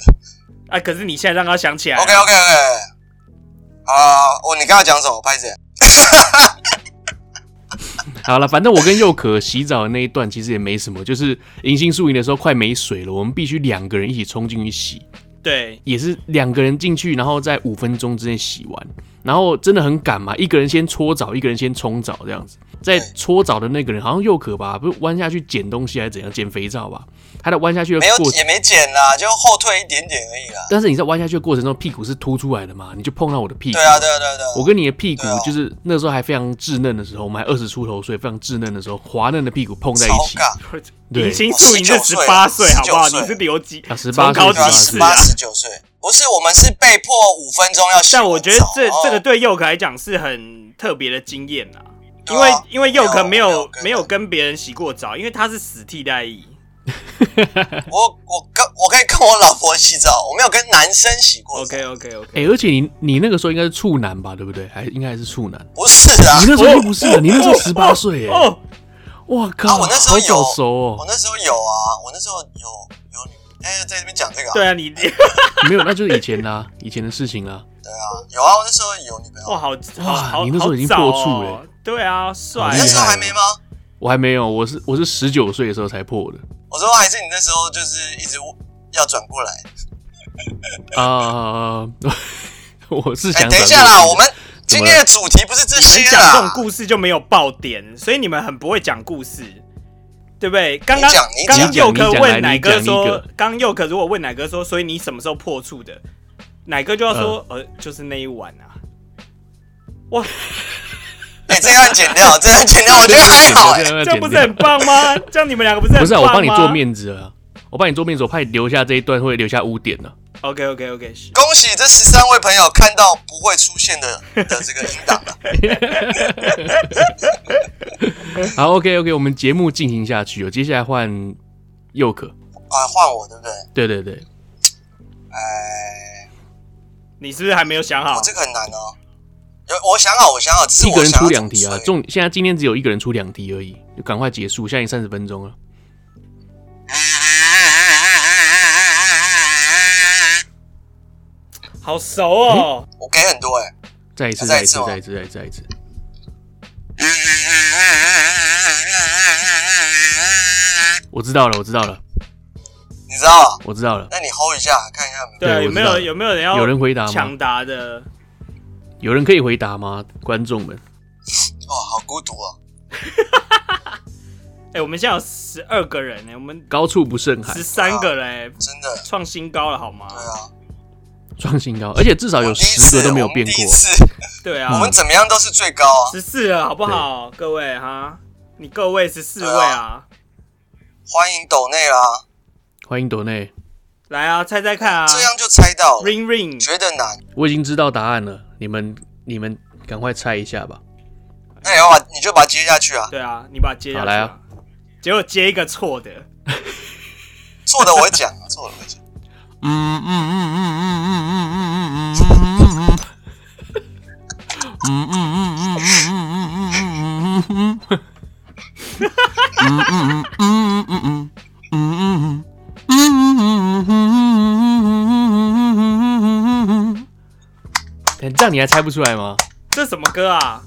[SPEAKER 2] 啊？可是你现在让他想起来
[SPEAKER 3] OK OK OK，好啦，好啦哦，你刚才讲什么？拍谁？
[SPEAKER 1] 好了，反正我跟佑可洗澡的那一段其实也没什么，就是迎新宿营的时候快没水了，我们必须两个人一起冲进去洗，
[SPEAKER 2] 对，
[SPEAKER 1] 也是两个人进去，然后在五分钟之内洗完，然后真的很赶嘛，一个人先搓澡，一个人先冲澡这样子。在搓澡的那个人好像又可吧，不是弯下去捡东西还是怎样，捡肥皂吧？他在弯下去的
[SPEAKER 3] 没有
[SPEAKER 1] 过程，
[SPEAKER 3] 也没剪啦，就后退一点点而已啦。
[SPEAKER 1] 但是你在弯下去的过程中，屁股是凸出来的嘛，你就碰到我的屁股。
[SPEAKER 3] 对啊，对啊，对啊，对啊。
[SPEAKER 1] 我跟你的屁股
[SPEAKER 3] 对啊
[SPEAKER 1] 就是那时候还非常稚嫩的时候，我们还二十出头岁，非常稚嫩的时候，滑嫩的屁股碰在一
[SPEAKER 3] 超
[SPEAKER 1] 起。
[SPEAKER 3] 尬，
[SPEAKER 1] 对
[SPEAKER 2] 迎新宿营是十八岁，好不好？
[SPEAKER 3] 19岁
[SPEAKER 2] 你是留级
[SPEAKER 1] 啊18岁
[SPEAKER 2] 从高
[SPEAKER 3] 对啊，
[SPEAKER 2] 级
[SPEAKER 3] 十
[SPEAKER 1] 18
[SPEAKER 3] 八
[SPEAKER 2] 啊
[SPEAKER 3] 十九岁，不是我们是被迫五分钟要洗完
[SPEAKER 2] 但
[SPEAKER 3] 澡。哦
[SPEAKER 2] 我觉得这
[SPEAKER 3] 然后
[SPEAKER 2] 这个对佑可来讲是很特别的经验啊，
[SPEAKER 3] 对
[SPEAKER 2] 因
[SPEAKER 3] 啊
[SPEAKER 2] 为因为佑可没
[SPEAKER 3] 没有
[SPEAKER 2] 有
[SPEAKER 3] 跟
[SPEAKER 2] 没有跟别人洗过澡，因为他是死替代役。
[SPEAKER 3] 我我跟我可以跟我老婆洗澡，我没有跟男生洗过澡。
[SPEAKER 2] OK OK OK，
[SPEAKER 1] 哎、而且你你那个时候应该是处男吧，对不对？还应该还是处男。
[SPEAKER 3] 不是啊
[SPEAKER 1] 你，那时候就不是了，你那时候十八岁哎，
[SPEAKER 2] 哦，
[SPEAKER 1] 哇
[SPEAKER 3] 啊
[SPEAKER 1] 靠，
[SPEAKER 3] 我那时候
[SPEAKER 1] 好
[SPEAKER 3] 有
[SPEAKER 1] 早熟
[SPEAKER 3] 我
[SPEAKER 1] 哦。
[SPEAKER 3] 那时候有啊，我那时候有有女，哎，在这边讲这个啊，
[SPEAKER 2] 对啊，你
[SPEAKER 1] 没有，那就是以前啦、以前的事情啦、
[SPEAKER 3] 对啊，有啊，我那时候有女朋
[SPEAKER 2] 哇
[SPEAKER 3] 友，
[SPEAKER 2] 哦好好好，
[SPEAKER 1] 你那时候已经
[SPEAKER 2] 好早
[SPEAKER 1] 破处
[SPEAKER 2] 哦
[SPEAKER 1] 了
[SPEAKER 2] 对啊，
[SPEAKER 1] 好
[SPEAKER 2] 帅
[SPEAKER 3] 你
[SPEAKER 1] 厉害
[SPEAKER 3] 那时候还没吗？
[SPEAKER 1] 我还没有，我是我是十九岁的时候才破的
[SPEAKER 3] 我说还是你那时候就是一直要转过来。
[SPEAKER 1] 啊、我是
[SPEAKER 3] 哎、
[SPEAKER 1] 想、
[SPEAKER 3] 等一下啦，我们今天的主题不是这
[SPEAKER 2] 你们
[SPEAKER 3] 些
[SPEAKER 2] 讲这种
[SPEAKER 3] 啦。
[SPEAKER 2] 故事就没有爆点，所以你们很不会讲故事，对不对？刚刚
[SPEAKER 3] 你讲你
[SPEAKER 2] 刚
[SPEAKER 3] 讲
[SPEAKER 2] 刚佑
[SPEAKER 1] 你
[SPEAKER 2] 哥
[SPEAKER 1] 讲来
[SPEAKER 2] 问奶
[SPEAKER 1] 你讲
[SPEAKER 2] 哥
[SPEAKER 1] 一
[SPEAKER 2] 说
[SPEAKER 1] 个，
[SPEAKER 2] 刚佑哥如果问奶哥说，所以你什么时候破处的？奶哥就要说，
[SPEAKER 1] 嗯
[SPEAKER 2] 呃，就是那一晚啊。哇，
[SPEAKER 3] 哎、这段剪掉，这段剪掉，我 觉得还好、哎，
[SPEAKER 2] 这样不是很棒吗？这样你们两个不是很
[SPEAKER 1] 不是、啊、我
[SPEAKER 2] 棒吗
[SPEAKER 1] 帮你做面子啊，我帮你做面子，我怕你留下这一段会留下污点呢、
[SPEAKER 2] OK OK OK，是
[SPEAKER 3] 恭喜这十三位朋友看到不会出现的 的这个音档了。
[SPEAKER 1] 好，OK OK，我们节目进行下去，有接下来换佑可，
[SPEAKER 3] 啊，换我对哎不对？
[SPEAKER 1] 对对对，
[SPEAKER 3] 哎、
[SPEAKER 2] 你是不是还没有想好
[SPEAKER 3] 我？这个很难哦。有我想好，我想好，只是
[SPEAKER 1] 一个
[SPEAKER 3] 我
[SPEAKER 1] 人
[SPEAKER 3] 想
[SPEAKER 1] 出
[SPEAKER 3] 要
[SPEAKER 1] 两
[SPEAKER 3] 怎么
[SPEAKER 1] 题啊，
[SPEAKER 3] 吹
[SPEAKER 1] 重现在今天只有一个人出两题而已，就赶快结束，现在已经三十分钟了。
[SPEAKER 2] 好熟哦，
[SPEAKER 3] 我给很多哎、
[SPEAKER 1] 再一次，
[SPEAKER 3] 再
[SPEAKER 1] 再
[SPEAKER 3] 一
[SPEAKER 1] 一
[SPEAKER 3] 次
[SPEAKER 1] 次，
[SPEAKER 3] 吗
[SPEAKER 1] 再一次，再一次，再一次。我知道了，我知道了，
[SPEAKER 3] 你知道？啊
[SPEAKER 1] 我知道了。
[SPEAKER 3] 那你 hold 一下，看一下有没有
[SPEAKER 2] 对啊，
[SPEAKER 1] 对
[SPEAKER 2] 有
[SPEAKER 1] 我知
[SPEAKER 2] 没
[SPEAKER 1] 道
[SPEAKER 2] 有
[SPEAKER 1] 了
[SPEAKER 2] 有没有人要
[SPEAKER 1] 有人回答吗
[SPEAKER 2] 抢？答的？
[SPEAKER 1] 有人可以回答吗？观众们，
[SPEAKER 3] 哦，好孤独哦。
[SPEAKER 2] 哎、我们现在有十二个人呢、我们
[SPEAKER 1] 高处不胜寒
[SPEAKER 2] 十，三个嘞、
[SPEAKER 3] 真的，
[SPEAKER 2] 创新高了好吗？
[SPEAKER 3] 对啊，
[SPEAKER 1] 创新高，而且至啊少有
[SPEAKER 3] 我第一
[SPEAKER 1] 十
[SPEAKER 3] 次欸
[SPEAKER 1] 个都没有变
[SPEAKER 3] 我们第一
[SPEAKER 1] 过。嗯
[SPEAKER 3] 次，
[SPEAKER 2] 对
[SPEAKER 3] 我
[SPEAKER 2] 啊，
[SPEAKER 3] 们怎么样都是最高啊！
[SPEAKER 2] 十四了好不好？各位哈，你各位十四位啊，
[SPEAKER 3] 欢迎抖内啊啦，
[SPEAKER 1] 欢迎朵内，
[SPEAKER 2] 来啊，猜猜看啊
[SPEAKER 3] 这样就猜到了，
[SPEAKER 2] ，ring ring，
[SPEAKER 3] 觉得难。
[SPEAKER 1] 我已经知道答案了，你们你们赶快猜一下吧。
[SPEAKER 3] 那你要把你就把它接下 去啊，
[SPEAKER 2] 对啊，你把它接下
[SPEAKER 1] 好
[SPEAKER 2] 去、
[SPEAKER 1] 来啊，
[SPEAKER 2] 结果接一个错的，
[SPEAKER 3] 错的我会讲啊，错的我会讲。
[SPEAKER 1] 这样你还猜不出来吗？
[SPEAKER 2] 这什么歌啊？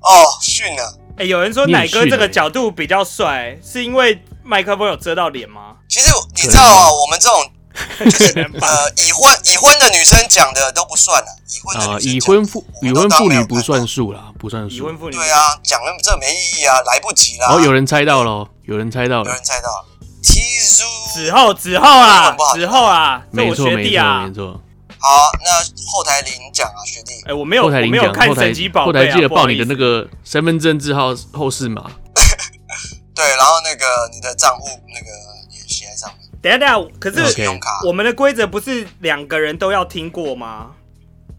[SPEAKER 3] 哦，训了。
[SPEAKER 2] 哎、有人说
[SPEAKER 1] 你很
[SPEAKER 2] 奶哥这
[SPEAKER 1] 逊
[SPEAKER 2] 个
[SPEAKER 1] 欸
[SPEAKER 2] 角度比较帅，是因为麦克风有遮到脸 吗？
[SPEAKER 3] 其实你知道啊，我们这种
[SPEAKER 2] 可能吧。
[SPEAKER 3] 呃已婚已婚的女生讲的都不算了，已婚的
[SPEAKER 1] 啊，
[SPEAKER 3] 女生
[SPEAKER 1] 已
[SPEAKER 3] 讲的
[SPEAKER 1] 婚妇已婚妇女不算数啦，不算
[SPEAKER 2] 已
[SPEAKER 1] 数
[SPEAKER 2] 婚。妇女
[SPEAKER 3] 对，啊，讲了这没意义啊，来不及啦。
[SPEAKER 1] 哦，有人猜到了哦，有人猜到
[SPEAKER 3] 有
[SPEAKER 1] 了，
[SPEAKER 3] 人猜到了，Tizu。
[SPEAKER 2] 子后子后
[SPEAKER 3] 英
[SPEAKER 2] 啊
[SPEAKER 3] 文不好，
[SPEAKER 2] 子后啊，这
[SPEAKER 1] 没
[SPEAKER 2] 我
[SPEAKER 1] 错
[SPEAKER 2] 学
[SPEAKER 1] 没
[SPEAKER 2] 弟
[SPEAKER 1] 错
[SPEAKER 2] 啊
[SPEAKER 1] 没。错。
[SPEAKER 3] 好，那后台领奖啊，学弟
[SPEAKER 2] 哎、。我没有，
[SPEAKER 1] 后
[SPEAKER 2] 我
[SPEAKER 1] 台领
[SPEAKER 2] 没有
[SPEAKER 1] 奖，
[SPEAKER 2] 看
[SPEAKER 1] 后台
[SPEAKER 2] 神奇宝
[SPEAKER 1] 后
[SPEAKER 2] 贝
[SPEAKER 1] 台
[SPEAKER 2] 啊，
[SPEAKER 1] 记得
[SPEAKER 2] 不好
[SPEAKER 1] 报你的
[SPEAKER 2] 意思
[SPEAKER 1] 那个身份证字号后四码。
[SPEAKER 3] 对，然后那个你的账户那个也写在上面，
[SPEAKER 2] 等一下等一下，可是
[SPEAKER 1] OK
[SPEAKER 3] 信用卡。
[SPEAKER 2] 我们的规则不是两个人都要听过吗？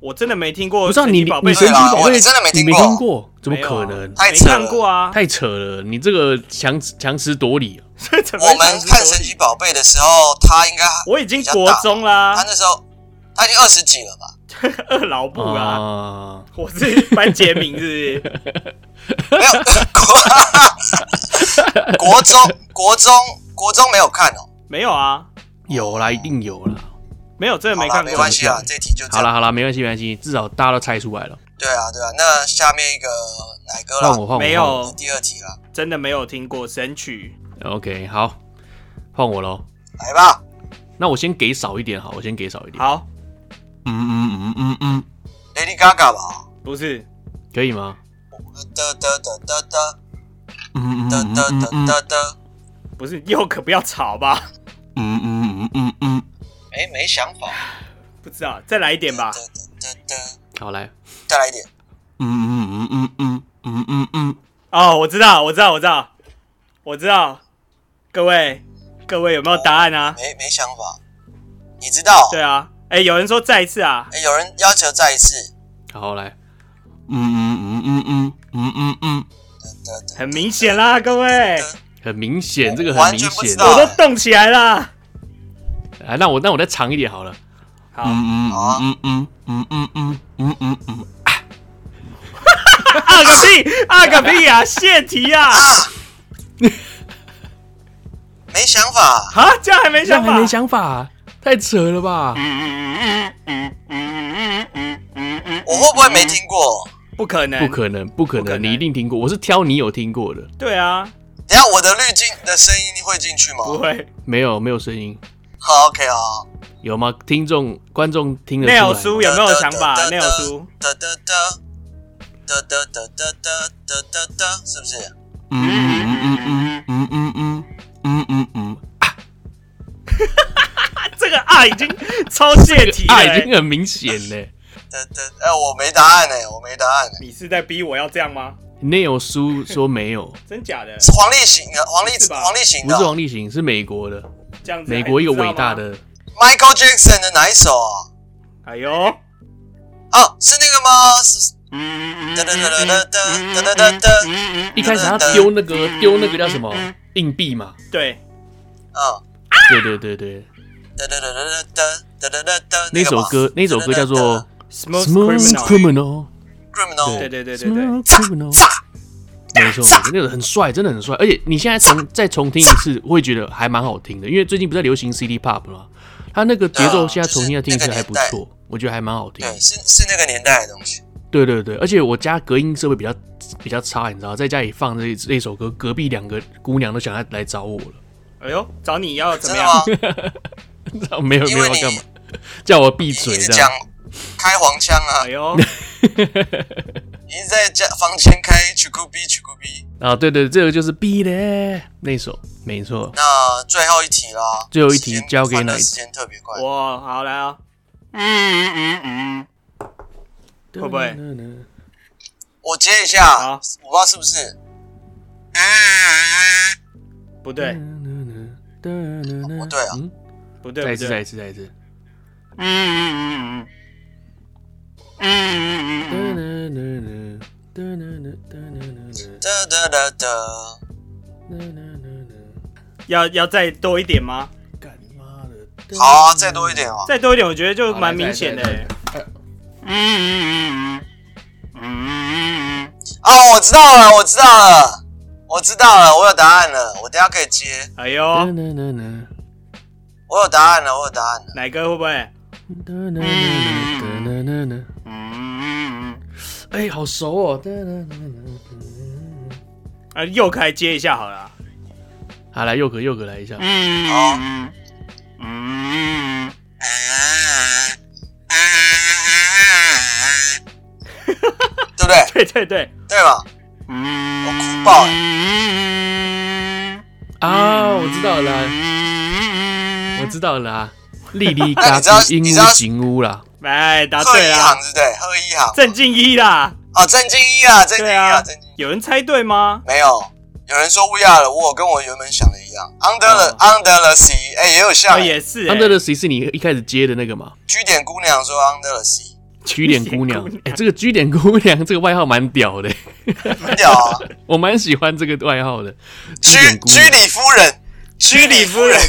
[SPEAKER 2] 我真的没听过
[SPEAKER 1] 不是啊
[SPEAKER 2] 神
[SPEAKER 1] 你
[SPEAKER 2] 奇
[SPEAKER 1] 你
[SPEAKER 2] 宝贝，
[SPEAKER 1] 神奇
[SPEAKER 3] 对啦
[SPEAKER 1] 宝
[SPEAKER 3] 我
[SPEAKER 1] 贝
[SPEAKER 3] 真的没
[SPEAKER 1] 你
[SPEAKER 3] 听
[SPEAKER 1] 没
[SPEAKER 3] 过
[SPEAKER 1] 听过，怎么
[SPEAKER 2] 没有
[SPEAKER 1] 可
[SPEAKER 2] 啊
[SPEAKER 1] 能？
[SPEAKER 3] 太
[SPEAKER 2] 没
[SPEAKER 3] 扯
[SPEAKER 2] 看
[SPEAKER 3] 了
[SPEAKER 2] 过啊，
[SPEAKER 1] 太扯了，你这个强强词夺理啊！
[SPEAKER 2] 这怎么
[SPEAKER 3] 我
[SPEAKER 2] 会
[SPEAKER 3] 们
[SPEAKER 2] 想
[SPEAKER 3] 看
[SPEAKER 2] 这
[SPEAKER 3] 神
[SPEAKER 2] 个
[SPEAKER 3] 奇宝贝的时候，他应该
[SPEAKER 2] 我已经国中啦
[SPEAKER 1] 啊
[SPEAKER 3] 他，那时候他已经二十几了吧？
[SPEAKER 2] 二老部啦，
[SPEAKER 1] 啊，
[SPEAKER 2] 我是班杰明，是不是？
[SPEAKER 3] 没有国 国中国中国中没有看哦。
[SPEAKER 2] 没有啊，
[SPEAKER 1] 有啦，一定有啦。
[SPEAKER 2] 没有，真的
[SPEAKER 3] 好
[SPEAKER 2] 没
[SPEAKER 3] 啦，
[SPEAKER 2] 看
[SPEAKER 3] 没
[SPEAKER 2] 过
[SPEAKER 3] 关。系啊，这题就这
[SPEAKER 1] 好啦
[SPEAKER 3] 样。
[SPEAKER 1] 好啦，没关系没关系，至少大家都猜出来了。
[SPEAKER 3] 对啊对啊，那下面一个奶哥
[SPEAKER 1] 换
[SPEAKER 3] 啦
[SPEAKER 1] 我，换我，
[SPEAKER 2] 没
[SPEAKER 1] 换我
[SPEAKER 2] 有，
[SPEAKER 3] 第二题啦，
[SPEAKER 2] 真的没有听过神曲。
[SPEAKER 1] OK，好，换我喽。
[SPEAKER 3] 来吧。
[SPEAKER 1] 那我先给少一点，好，我先给少一点，
[SPEAKER 2] 好，
[SPEAKER 1] 嗯嗯嗯嗯，
[SPEAKER 3] Lady Gaga 吧，
[SPEAKER 2] 不是，
[SPEAKER 1] 可以吗？
[SPEAKER 3] 哒哒哒哒哒
[SPEAKER 1] 嗯
[SPEAKER 3] 哒哒哒哒哒，
[SPEAKER 2] 不是，又可不要吵吧？
[SPEAKER 1] 嗯嗯嗯嗯，
[SPEAKER 3] 哎，没想法，
[SPEAKER 2] 不知道，再来一点吧
[SPEAKER 3] 哒。哒哒哒，
[SPEAKER 1] 好来，
[SPEAKER 3] 再来一点，
[SPEAKER 1] 嗯嗯嗯嗯嗯嗯嗯
[SPEAKER 2] 哦，我知道，我知道，我知道，我知道。各位，各位有没有答案啊？
[SPEAKER 3] 没没想法，你知道？
[SPEAKER 2] 对啊，哎、有人说再一次啊，
[SPEAKER 3] 哎，有人要求再一次，
[SPEAKER 1] 嗯，好来，嗯嗯嗯嗯嗯嗯嗯，
[SPEAKER 3] 哒哒哒，
[SPEAKER 2] 很明显啦，各位，
[SPEAKER 1] 很明显，这个很
[SPEAKER 3] 完
[SPEAKER 1] 明
[SPEAKER 3] 全不知
[SPEAKER 1] 显
[SPEAKER 3] 道。
[SPEAKER 2] 我都动起来啦。
[SPEAKER 1] 哎，那我那我再长一点好了。
[SPEAKER 2] 好，
[SPEAKER 1] 嗯
[SPEAKER 3] 好啊
[SPEAKER 1] 嗯嗯嗯嗯嗯嗯嗯，
[SPEAKER 2] 二个屁，二个屁啊，泄题啊！
[SPEAKER 3] 没想法，
[SPEAKER 2] 啊，这样还没
[SPEAKER 1] 这样
[SPEAKER 2] 想
[SPEAKER 1] 还
[SPEAKER 2] 法？
[SPEAKER 1] 没想法，太扯了吧？
[SPEAKER 3] 我会不会没听过？
[SPEAKER 2] 不可能，
[SPEAKER 1] 不可能，不可
[SPEAKER 2] 不可
[SPEAKER 1] 能，
[SPEAKER 2] 能
[SPEAKER 1] 你一定听过。我是挑你有听过的，
[SPEAKER 2] 对啊，
[SPEAKER 3] 等一下我的滤镜的声音会进去吗？
[SPEAKER 2] 不会。
[SPEAKER 1] 没有没有声音，
[SPEAKER 3] 好，OK 啊。
[SPEAKER 1] 有吗？听众观众听得出
[SPEAKER 2] 内
[SPEAKER 1] 来
[SPEAKER 2] 有
[SPEAKER 1] 吗？
[SPEAKER 2] 书有没有想法？内有书，
[SPEAKER 3] 哒哒哒哒哒哒哒哒哒哒哒，是不是？
[SPEAKER 1] 嗯嗯嗯嗯嗯嗯嗯嗯，
[SPEAKER 2] 这个啊已经超泄题了、
[SPEAKER 1] 啊，
[SPEAKER 2] 欸
[SPEAKER 1] 已经很明显嘞。
[SPEAKER 3] 哒哒，哎，我没答案呢，我没答案呢。
[SPEAKER 2] 你是在逼我要这样吗？
[SPEAKER 1] 内有书说没有，
[SPEAKER 2] 真假的？
[SPEAKER 3] 是黄立行的，黄立
[SPEAKER 2] 是吧
[SPEAKER 3] 黄立行
[SPEAKER 1] 不
[SPEAKER 3] 的
[SPEAKER 1] 是王力行，是美国的，
[SPEAKER 2] 这样子，
[SPEAKER 1] 美国一个伟大
[SPEAKER 2] 哎。
[SPEAKER 1] 的，
[SPEAKER 3] Michael Jackson 的哪一首啊？
[SPEAKER 2] 哎呦，
[SPEAKER 3] 哦，是那个吗？是哒哒哒哒哒哒哒哒哒，
[SPEAKER 1] 一开始他丢那个丢那个叫什么硬币嘛？
[SPEAKER 2] 对，
[SPEAKER 3] 嗯，
[SPEAKER 1] 对对对对，
[SPEAKER 3] 哒哒哒哒哒哒哒哒哒。
[SPEAKER 1] 那首歌那首歌叫做
[SPEAKER 2] Smooth
[SPEAKER 1] Smooth
[SPEAKER 2] Criminal，
[SPEAKER 1] Criminal，
[SPEAKER 2] 对
[SPEAKER 3] criminal
[SPEAKER 2] 对对对对，
[SPEAKER 1] Smooth Criminal，没错，那个很帅，真的很帅。而且你现在重再重听一次，会觉得还蛮好听的，因为最近不是在流行 City Pop 吗？他那个节奏现在重新再听一次还不错，我觉得还蛮好听的。
[SPEAKER 3] 对，是是那个年代的东西。
[SPEAKER 1] 对对对，而且我家隔音设备比较比较差，你知道，在家里放这这首歌，隔壁两个姑娘都想来来找我了。
[SPEAKER 2] 哎呦，找你要怎
[SPEAKER 3] 真
[SPEAKER 2] 么
[SPEAKER 3] 的
[SPEAKER 2] 样？
[SPEAKER 3] 吗？
[SPEAKER 1] 没有没
[SPEAKER 3] 因
[SPEAKER 1] 有
[SPEAKER 3] 为
[SPEAKER 1] 要
[SPEAKER 3] 你
[SPEAKER 1] 干嘛？叫我闭
[SPEAKER 3] 你
[SPEAKER 1] 嘴
[SPEAKER 3] 一直
[SPEAKER 1] 这样
[SPEAKER 3] 讲。开黄腔啊
[SPEAKER 2] 哎，呦，
[SPEAKER 3] 你一直在家房间开曲酷逼曲酷逼。
[SPEAKER 1] 啊，对对，这个就是闭嘞那首，没错。
[SPEAKER 3] 那最后一题啦，
[SPEAKER 1] 最后一题
[SPEAKER 3] 时间
[SPEAKER 1] 交给
[SPEAKER 3] 反正
[SPEAKER 1] 哪一
[SPEAKER 3] 时间特别快，
[SPEAKER 2] 哇，好来啊，会不会？
[SPEAKER 3] 我接一下，
[SPEAKER 2] 好
[SPEAKER 3] 我不知道是不是。
[SPEAKER 2] 不对，
[SPEAKER 3] 不对啊
[SPEAKER 1] 嗯
[SPEAKER 2] 不对，
[SPEAKER 1] 再一
[SPEAKER 2] 不
[SPEAKER 1] 次，再
[SPEAKER 2] 对
[SPEAKER 1] 一，次，再一次。嗯
[SPEAKER 3] 哒哒哒哒，
[SPEAKER 2] 要要再多一点吗？
[SPEAKER 1] 干妈的
[SPEAKER 3] 好啊，再多一点哦。
[SPEAKER 2] 再多一点，我觉得就
[SPEAKER 1] 好
[SPEAKER 2] 蛮
[SPEAKER 1] 来
[SPEAKER 2] 明
[SPEAKER 1] 再
[SPEAKER 2] 显的
[SPEAKER 1] 再
[SPEAKER 2] 欸。
[SPEAKER 3] 啊，我知道了，我知道了，我知道了，我有答案了，我等一下可以接，
[SPEAKER 2] 哎呦，
[SPEAKER 3] 我有答案了，我有答案 了。
[SPEAKER 2] 奶哥会不会？
[SPEAKER 1] 哎、好熟哦！
[SPEAKER 2] 啊，又开接一下好了啊。
[SPEAKER 1] 好，来佑可佑可来一下。
[SPEAKER 3] 嗯好，对不对？
[SPEAKER 2] 对对对，
[SPEAKER 3] 对吧？我哭爆了，
[SPEAKER 1] 啊，
[SPEAKER 2] 哦
[SPEAKER 1] 我知道了啦，我知道了 啦，莉莉
[SPEAKER 3] 那
[SPEAKER 1] 嘎
[SPEAKER 3] 哎你知道
[SPEAKER 1] 比鹦
[SPEAKER 3] 你知道
[SPEAKER 1] 鹉行屋啦。
[SPEAKER 2] 哎，答
[SPEAKER 3] 贺
[SPEAKER 2] 对
[SPEAKER 3] 一
[SPEAKER 2] 啦
[SPEAKER 3] 航，对不对？贺一航，
[SPEAKER 2] 郑敬一啦。
[SPEAKER 3] 哦，郑敬一啊，郑敬一
[SPEAKER 2] 对
[SPEAKER 3] 啊，
[SPEAKER 2] 啊
[SPEAKER 3] 郑敬一，
[SPEAKER 2] 有人猜对吗？
[SPEAKER 3] 没有。有人说乌鸦了，我跟我原本想的一样，under the
[SPEAKER 2] 哦
[SPEAKER 3] under the sea，哎，也有像
[SPEAKER 2] 啊，也是欸。
[SPEAKER 1] Under the Sea 是你一开始接的那个嘛？
[SPEAKER 3] 居点姑娘说 under the sea，
[SPEAKER 1] 居点姑娘
[SPEAKER 2] 居点姑娘，
[SPEAKER 1] 哎、这个居点姑娘 这个外号蛮屌的，
[SPEAKER 3] 很屌啊，
[SPEAKER 1] 我蛮喜欢这个外号的。居
[SPEAKER 3] 居
[SPEAKER 1] 点姑
[SPEAKER 3] 居
[SPEAKER 1] 娘
[SPEAKER 3] 里夫人，居里夫人，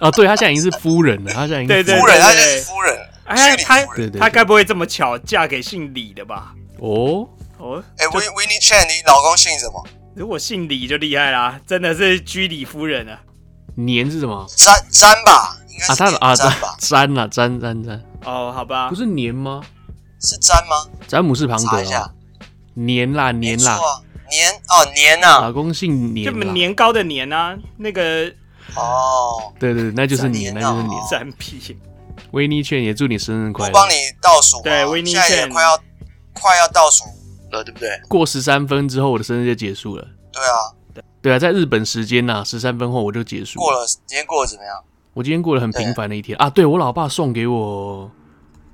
[SPEAKER 1] 哦，对，她现在已经是夫人了，她现在已经是
[SPEAKER 2] 对对
[SPEAKER 3] 夫人，她就是夫人，居
[SPEAKER 2] 哎，
[SPEAKER 3] 里
[SPEAKER 2] 他
[SPEAKER 3] 夫人。
[SPEAKER 1] 对对，
[SPEAKER 2] 他该不会这么巧嫁给姓李的吧？
[SPEAKER 1] 哦，
[SPEAKER 2] 哦，
[SPEAKER 3] 哎，Win Winnie Chan，你老公姓什么？
[SPEAKER 2] 如果姓李就厉害啦，真的是居里夫人啊。
[SPEAKER 1] 年是什么？
[SPEAKER 3] 詹詹吧，应该
[SPEAKER 1] 啊，
[SPEAKER 3] 是
[SPEAKER 1] 他啊，
[SPEAKER 3] 詹吧？
[SPEAKER 1] 詹啦，詹詹詹，
[SPEAKER 2] 哦，好吧
[SPEAKER 1] 不，是年吗？
[SPEAKER 3] 是詹吗？
[SPEAKER 1] 詹姆士庞
[SPEAKER 3] 查一
[SPEAKER 1] 德
[SPEAKER 3] 下
[SPEAKER 1] 啊，，年啦年啦
[SPEAKER 3] 没，错啊，年哦年啊，
[SPEAKER 1] 老公姓
[SPEAKER 2] 这
[SPEAKER 1] 年
[SPEAKER 2] 么
[SPEAKER 1] 啦，
[SPEAKER 2] 年糕的年啊，那个
[SPEAKER 3] 哦，
[SPEAKER 1] 对对，对那就是年，
[SPEAKER 3] 年
[SPEAKER 1] 那
[SPEAKER 3] 啊
[SPEAKER 1] 就是年。
[SPEAKER 2] 三 P，
[SPEAKER 1] 维尼劝也祝你生日快
[SPEAKER 3] 我
[SPEAKER 1] 乐，
[SPEAKER 3] 帮你倒数嘛，
[SPEAKER 2] 对，Winnie
[SPEAKER 3] 现在也
[SPEAKER 2] Chan
[SPEAKER 3] 快要快要倒数了，对不对？
[SPEAKER 1] 过十三分之后，我的生日就结束了。
[SPEAKER 3] 对啊，
[SPEAKER 1] 对啊，在日本时间呐、1十三分后我就结束
[SPEAKER 3] 过。了，今天过得怎么样？
[SPEAKER 1] 我今天过了很平凡的一天啊！对我老爸送给我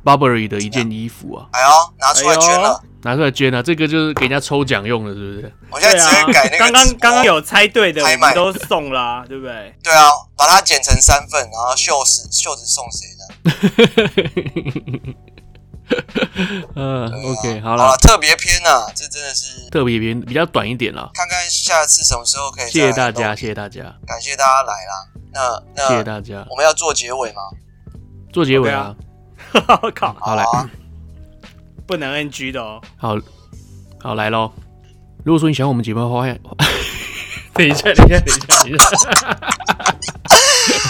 [SPEAKER 1] Burberry 的一件衣服啊，
[SPEAKER 3] 哎呦，拿出来捐
[SPEAKER 2] 哎
[SPEAKER 3] 了，
[SPEAKER 1] 拿出来捐啊，这个就是给人家抽奖用的，是不是？
[SPEAKER 3] 我现
[SPEAKER 2] 对
[SPEAKER 3] 在直
[SPEAKER 2] 啊
[SPEAKER 3] 接改，那个
[SPEAKER 2] 刚刚
[SPEAKER 3] 直播
[SPEAKER 2] 刚刚有猜对的，
[SPEAKER 3] 拍
[SPEAKER 2] 我
[SPEAKER 3] 卖
[SPEAKER 2] 们都送啦，对不对？
[SPEAKER 3] 对啊，把它剪成三份，然后袖子袖子送谁的？
[SPEAKER 1] 嗯、o k 好
[SPEAKER 3] 好啊
[SPEAKER 1] 了
[SPEAKER 3] 了，，特别篇呐，这真的是
[SPEAKER 1] 特别篇比较短一点啦，
[SPEAKER 3] 看看下次什么时候可以。
[SPEAKER 1] 谢谢大家，，谢谢大家，
[SPEAKER 3] 感谢大家来啦。那那
[SPEAKER 1] 谢谢大家。
[SPEAKER 3] 我们要做结尾吗？
[SPEAKER 1] 做结尾
[SPEAKER 2] OK
[SPEAKER 1] 啊
[SPEAKER 2] 啊，我靠，
[SPEAKER 1] 好来，
[SPEAKER 3] 啊，
[SPEAKER 2] 不能 NG 的哦。
[SPEAKER 1] 好好来喽。如果说你喜欢我们节目的话，欢迎
[SPEAKER 2] 等一下，等一下，等一下，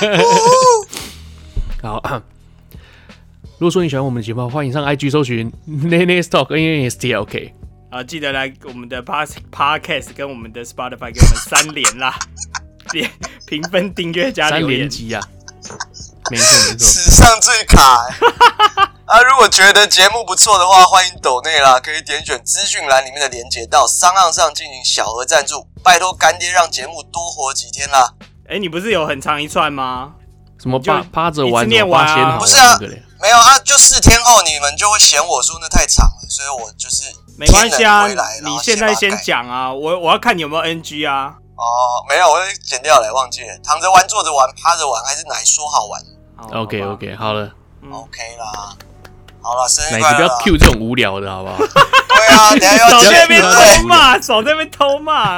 [SPEAKER 2] 等一下。
[SPEAKER 1] 好。如果说你喜欢我们的节目的话，欢迎上 IG 搜寻 n a n e s Talk N A S T L K。
[SPEAKER 2] 啊，记得来我们的 Pod Podcast 跟我们的 Spotify 给我们三连啦， 连评分、订阅加
[SPEAKER 1] 三
[SPEAKER 2] 留言
[SPEAKER 1] 连。击啊，没错没 错，
[SPEAKER 3] 史上最卡、欸。啊，如果觉得节目不错的话，欢迎抖内啦，可以点选资讯栏里面的连接到商岸上进行小额赞助，拜托干爹让节目多活几天啦。
[SPEAKER 2] 哎、你不是有很长一串吗？
[SPEAKER 1] 什么趴
[SPEAKER 2] 就
[SPEAKER 1] 趴着
[SPEAKER 2] 一
[SPEAKER 1] 玩，什
[SPEAKER 2] 次念
[SPEAKER 1] 么八
[SPEAKER 2] 完啊
[SPEAKER 1] 仙好
[SPEAKER 3] 不是啊
[SPEAKER 1] 那个嘞，
[SPEAKER 3] 没有啊，就四天后你们就会嫌我说那太长了，所以我就是
[SPEAKER 2] 没关系啊，
[SPEAKER 3] 天冷回来然
[SPEAKER 2] 你
[SPEAKER 3] 后
[SPEAKER 2] 现
[SPEAKER 3] 把
[SPEAKER 2] 在
[SPEAKER 3] 它
[SPEAKER 2] 先
[SPEAKER 3] 改
[SPEAKER 2] 讲啊，我我要看你有没有 NG 啊。
[SPEAKER 3] 哦，没有，我剪掉了，忘记了。躺着玩、坐着玩、趴着玩，还是哪一说好玩
[SPEAKER 2] 好
[SPEAKER 1] OK OK，好了，
[SPEAKER 2] 嗯
[SPEAKER 3] ？OK 啦，好啦，生
[SPEAKER 1] 奶子不要
[SPEAKER 3] 日快乐啦！
[SPEAKER 1] Q 这种无聊的好不好？
[SPEAKER 3] 对啊，等一下要
[SPEAKER 2] 手
[SPEAKER 1] 不要
[SPEAKER 2] 在那边
[SPEAKER 3] 见面
[SPEAKER 1] 不要
[SPEAKER 3] 对
[SPEAKER 2] 偷骂，手在那边偷骂。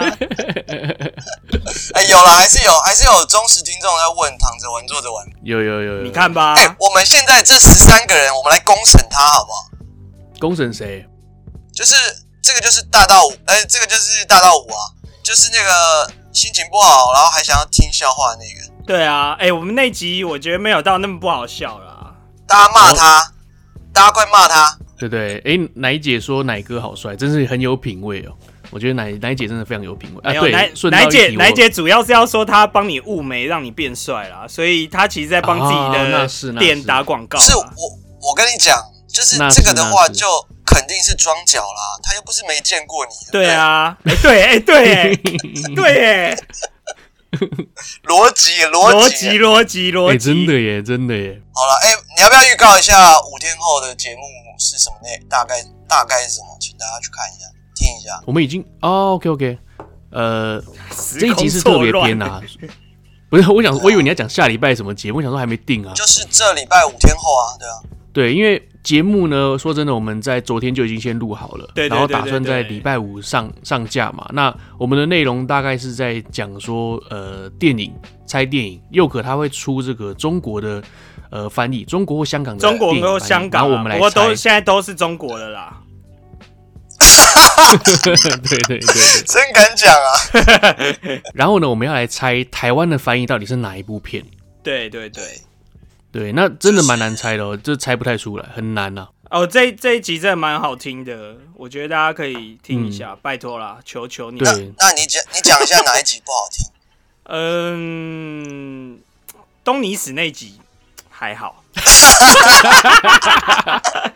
[SPEAKER 3] 哎、有啦，还是有，还是有忠实听众在问躺着玩、坐着玩。
[SPEAKER 1] 有有有有，
[SPEAKER 2] 你看吧
[SPEAKER 3] 哎、，我们现在这十三个人，我们来公审他好不好？
[SPEAKER 1] 公审谁？
[SPEAKER 3] 就是这个就是大到五，哎、这个就是大到五啊，就是那个心情不好，然后还想要听笑话那个，
[SPEAKER 2] 对啊，哎、我们那集我觉得没有到那么不好笑啦。
[SPEAKER 3] 大家骂他，大家快骂他。
[SPEAKER 1] 对对，哎，奶姐说奶哥好帅，真是很有品味哦。我觉得奶奶姐真的非常有品味啊。
[SPEAKER 2] 没有
[SPEAKER 1] 对
[SPEAKER 2] 奶，
[SPEAKER 1] 顺道
[SPEAKER 2] 奶
[SPEAKER 1] 一
[SPEAKER 2] 姐
[SPEAKER 1] 提我
[SPEAKER 2] 奶姐主要是要说她帮你雾眉，让你变帅啦，所以她其实在帮自
[SPEAKER 1] 哦那
[SPEAKER 2] 己
[SPEAKER 1] 是
[SPEAKER 2] 的
[SPEAKER 1] 那
[SPEAKER 2] 店
[SPEAKER 1] 是
[SPEAKER 2] 打广告啦。啊
[SPEAKER 3] 是我，我跟你讲，就是
[SPEAKER 1] 那是
[SPEAKER 3] 这个的话，
[SPEAKER 1] 那是
[SPEAKER 3] 就肯定是装脚啦。他又不是没见过你，不
[SPEAKER 2] 对，啊，哎、对，哎、对、哎对，哎，
[SPEAKER 3] 逻辑啊逻
[SPEAKER 2] 逻
[SPEAKER 3] 辑
[SPEAKER 2] 辑，逻辑，逻
[SPEAKER 1] 哎，
[SPEAKER 2] 辑，
[SPEAKER 1] 真的耶，真的耶。
[SPEAKER 3] 好了，哎、你要不要预告一下五天后的节目是什么内？大概大概是什么？请大家去看一下，听一下。
[SPEAKER 1] 我们已经哦，OK OK，呃，
[SPEAKER 2] 时
[SPEAKER 1] 这一集
[SPEAKER 2] 空
[SPEAKER 1] 是
[SPEAKER 2] 错
[SPEAKER 1] 特别
[SPEAKER 2] 乱
[SPEAKER 1] 篇啊。不是，我想，我以为你要讲下礼拜什么节目，我想说还没定啊。
[SPEAKER 3] 就是这礼拜五天后啊，对啊，
[SPEAKER 1] 对，因为节目呢，说真的，我们在昨天就已经先录好了，
[SPEAKER 2] 对对
[SPEAKER 1] 然后
[SPEAKER 2] 对
[SPEAKER 1] 打
[SPEAKER 2] 对
[SPEAKER 1] 算在
[SPEAKER 2] 对
[SPEAKER 1] 礼拜五上上架嘛。那我们的内容大概是在讲说，呃，电影猜电影，佑可他会出这个中国的呃翻译，中国或香港的
[SPEAKER 2] 中国
[SPEAKER 1] 电影
[SPEAKER 2] 跟
[SPEAKER 1] 翻译
[SPEAKER 2] 香
[SPEAKER 1] 然
[SPEAKER 2] 港
[SPEAKER 1] 后
[SPEAKER 2] 啊、
[SPEAKER 1] 哎我们来
[SPEAKER 2] 不过都
[SPEAKER 1] 猜，
[SPEAKER 2] 现在都是中国的啦。
[SPEAKER 1] 对对对对。
[SPEAKER 3] 真敢讲啊！
[SPEAKER 1] 然后呢，我们要来猜台湾的翻译到底是哪一部片？
[SPEAKER 2] 对对对。
[SPEAKER 3] 对，
[SPEAKER 1] 对，那真的蛮难猜的哦，这猜不太出来，很难啊。
[SPEAKER 2] 哦，这这一集真的蛮好听的，我觉得大家可以听一下，拜托啦，求求你。
[SPEAKER 1] 嗯对，
[SPEAKER 3] 那你讲你讲一下哪一集不好听？
[SPEAKER 2] 嗯，东尼史那集还好，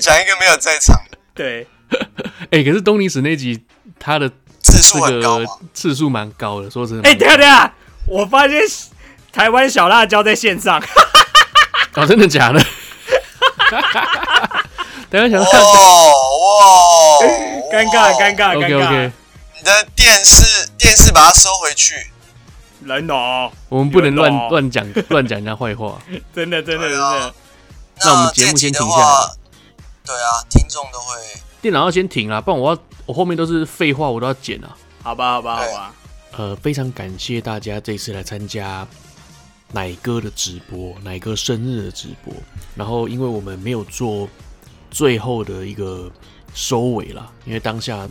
[SPEAKER 3] 讲一个没有在场，
[SPEAKER 2] 对，
[SPEAKER 1] 哎、可是东尼史那集他的
[SPEAKER 3] 次
[SPEAKER 1] 这
[SPEAKER 3] 数很高
[SPEAKER 1] 个
[SPEAKER 3] 嘛？
[SPEAKER 1] 次数蛮高的，说真的。
[SPEAKER 2] 哎、等一下等一下，我发现台湾小辣椒在线上，
[SPEAKER 1] 哦，真的假的？ 等一下想
[SPEAKER 3] 哇
[SPEAKER 1] 看
[SPEAKER 3] 哇！
[SPEAKER 2] 尴尬尴尬尴
[SPEAKER 1] ，OK
[SPEAKER 2] 尬
[SPEAKER 1] OK，
[SPEAKER 3] 你的电视电视把它收回去。
[SPEAKER 2] 人哦，
[SPEAKER 1] 我们不能乱
[SPEAKER 2] 有的哦
[SPEAKER 1] 乱讲乱讲人家坏话。
[SPEAKER 2] 真的真的真
[SPEAKER 3] 对啊
[SPEAKER 2] 的，
[SPEAKER 1] 那我们节
[SPEAKER 3] 这
[SPEAKER 1] 目
[SPEAKER 3] 集
[SPEAKER 1] 先
[SPEAKER 3] 的
[SPEAKER 1] 停下来
[SPEAKER 3] 话，对啊，听众都会
[SPEAKER 1] 电脑要先停啦，啊不然我要我后面都是废话，我都要剪啊。
[SPEAKER 2] 好吧好吧好吧，
[SPEAKER 1] 呃，非常感谢大家这次来参加奶哥的直播，奶哥生日的直播。然后，因为我们没有做最后的一个收尾啦，因为当下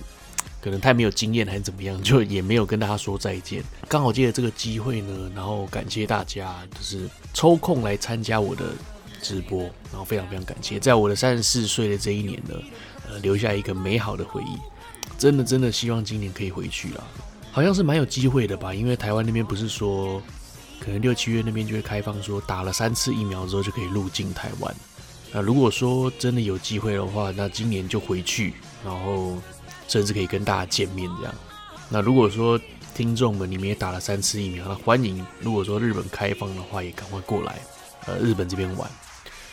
[SPEAKER 1] 可能太没有经验还是怎么样，就也没有跟大家说再见。刚好借着这个机会呢，然后感谢大家就是抽空来参加我的直播，然后非常非常感谢，在我的三十四岁的这一年呢，呃，留下一个美好的回忆。真的真的希望今年可以回去啦，好像是蛮有机会的吧，因为台湾那边不是说，可能六七月那边就会开放说打了三次疫苗之后就可以入境台湾。那如果说真的有机会的话，那今年就回去，然后甚至可以跟大家见面这样。那如果说听众们你们也打了三次疫苗，那欢迎。如果说日本开放的话，也赶快过来，呃，日本这边玩。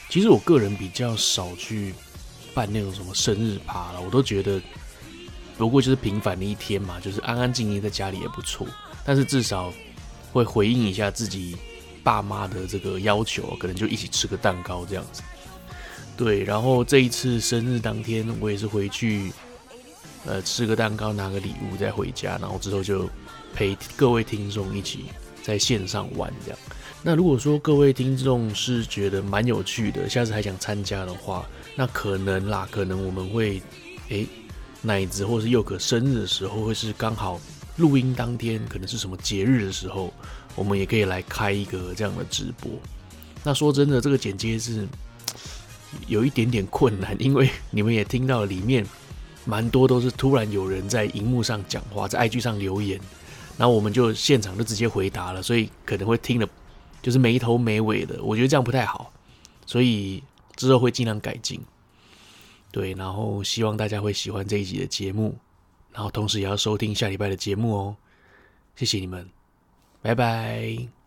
[SPEAKER 1] 其实我个人比较少去办那种什么生日趴了，我都觉得不过就是平凡的一天嘛，就是安安静静在家里也不错。但是至少会回应一下自己爸妈的这个要求，可能就一起吃个蛋糕这样子。对，然后这一次生日当天，我也是回去，呃，吃个蛋糕，拿个礼物再回家，然后之后就陪各位听众一起在线上玩这样。那如果说各位听众是觉得蛮有趣的，下次还想参加的话，那可能啦，可能我们会，诶，奶子或是佑可生日的时候，会是刚好录音当天，可能是什么节日的时候，我们也可以来开一个这样的直播。那说真的，这个剪接是有一点点困难，因为你们也听到里面蛮多都是突然有人在荧幕上讲话，在 IG 上留言，然后我们就现场就直接回答了，所以可能会听的就是没头没尾的，我觉得这样不太好，所以之后会尽量改进。对，然后希望大家会喜欢这一集的节目，然后同时也要收听下礼拜的节目哦。谢谢你们，拜拜。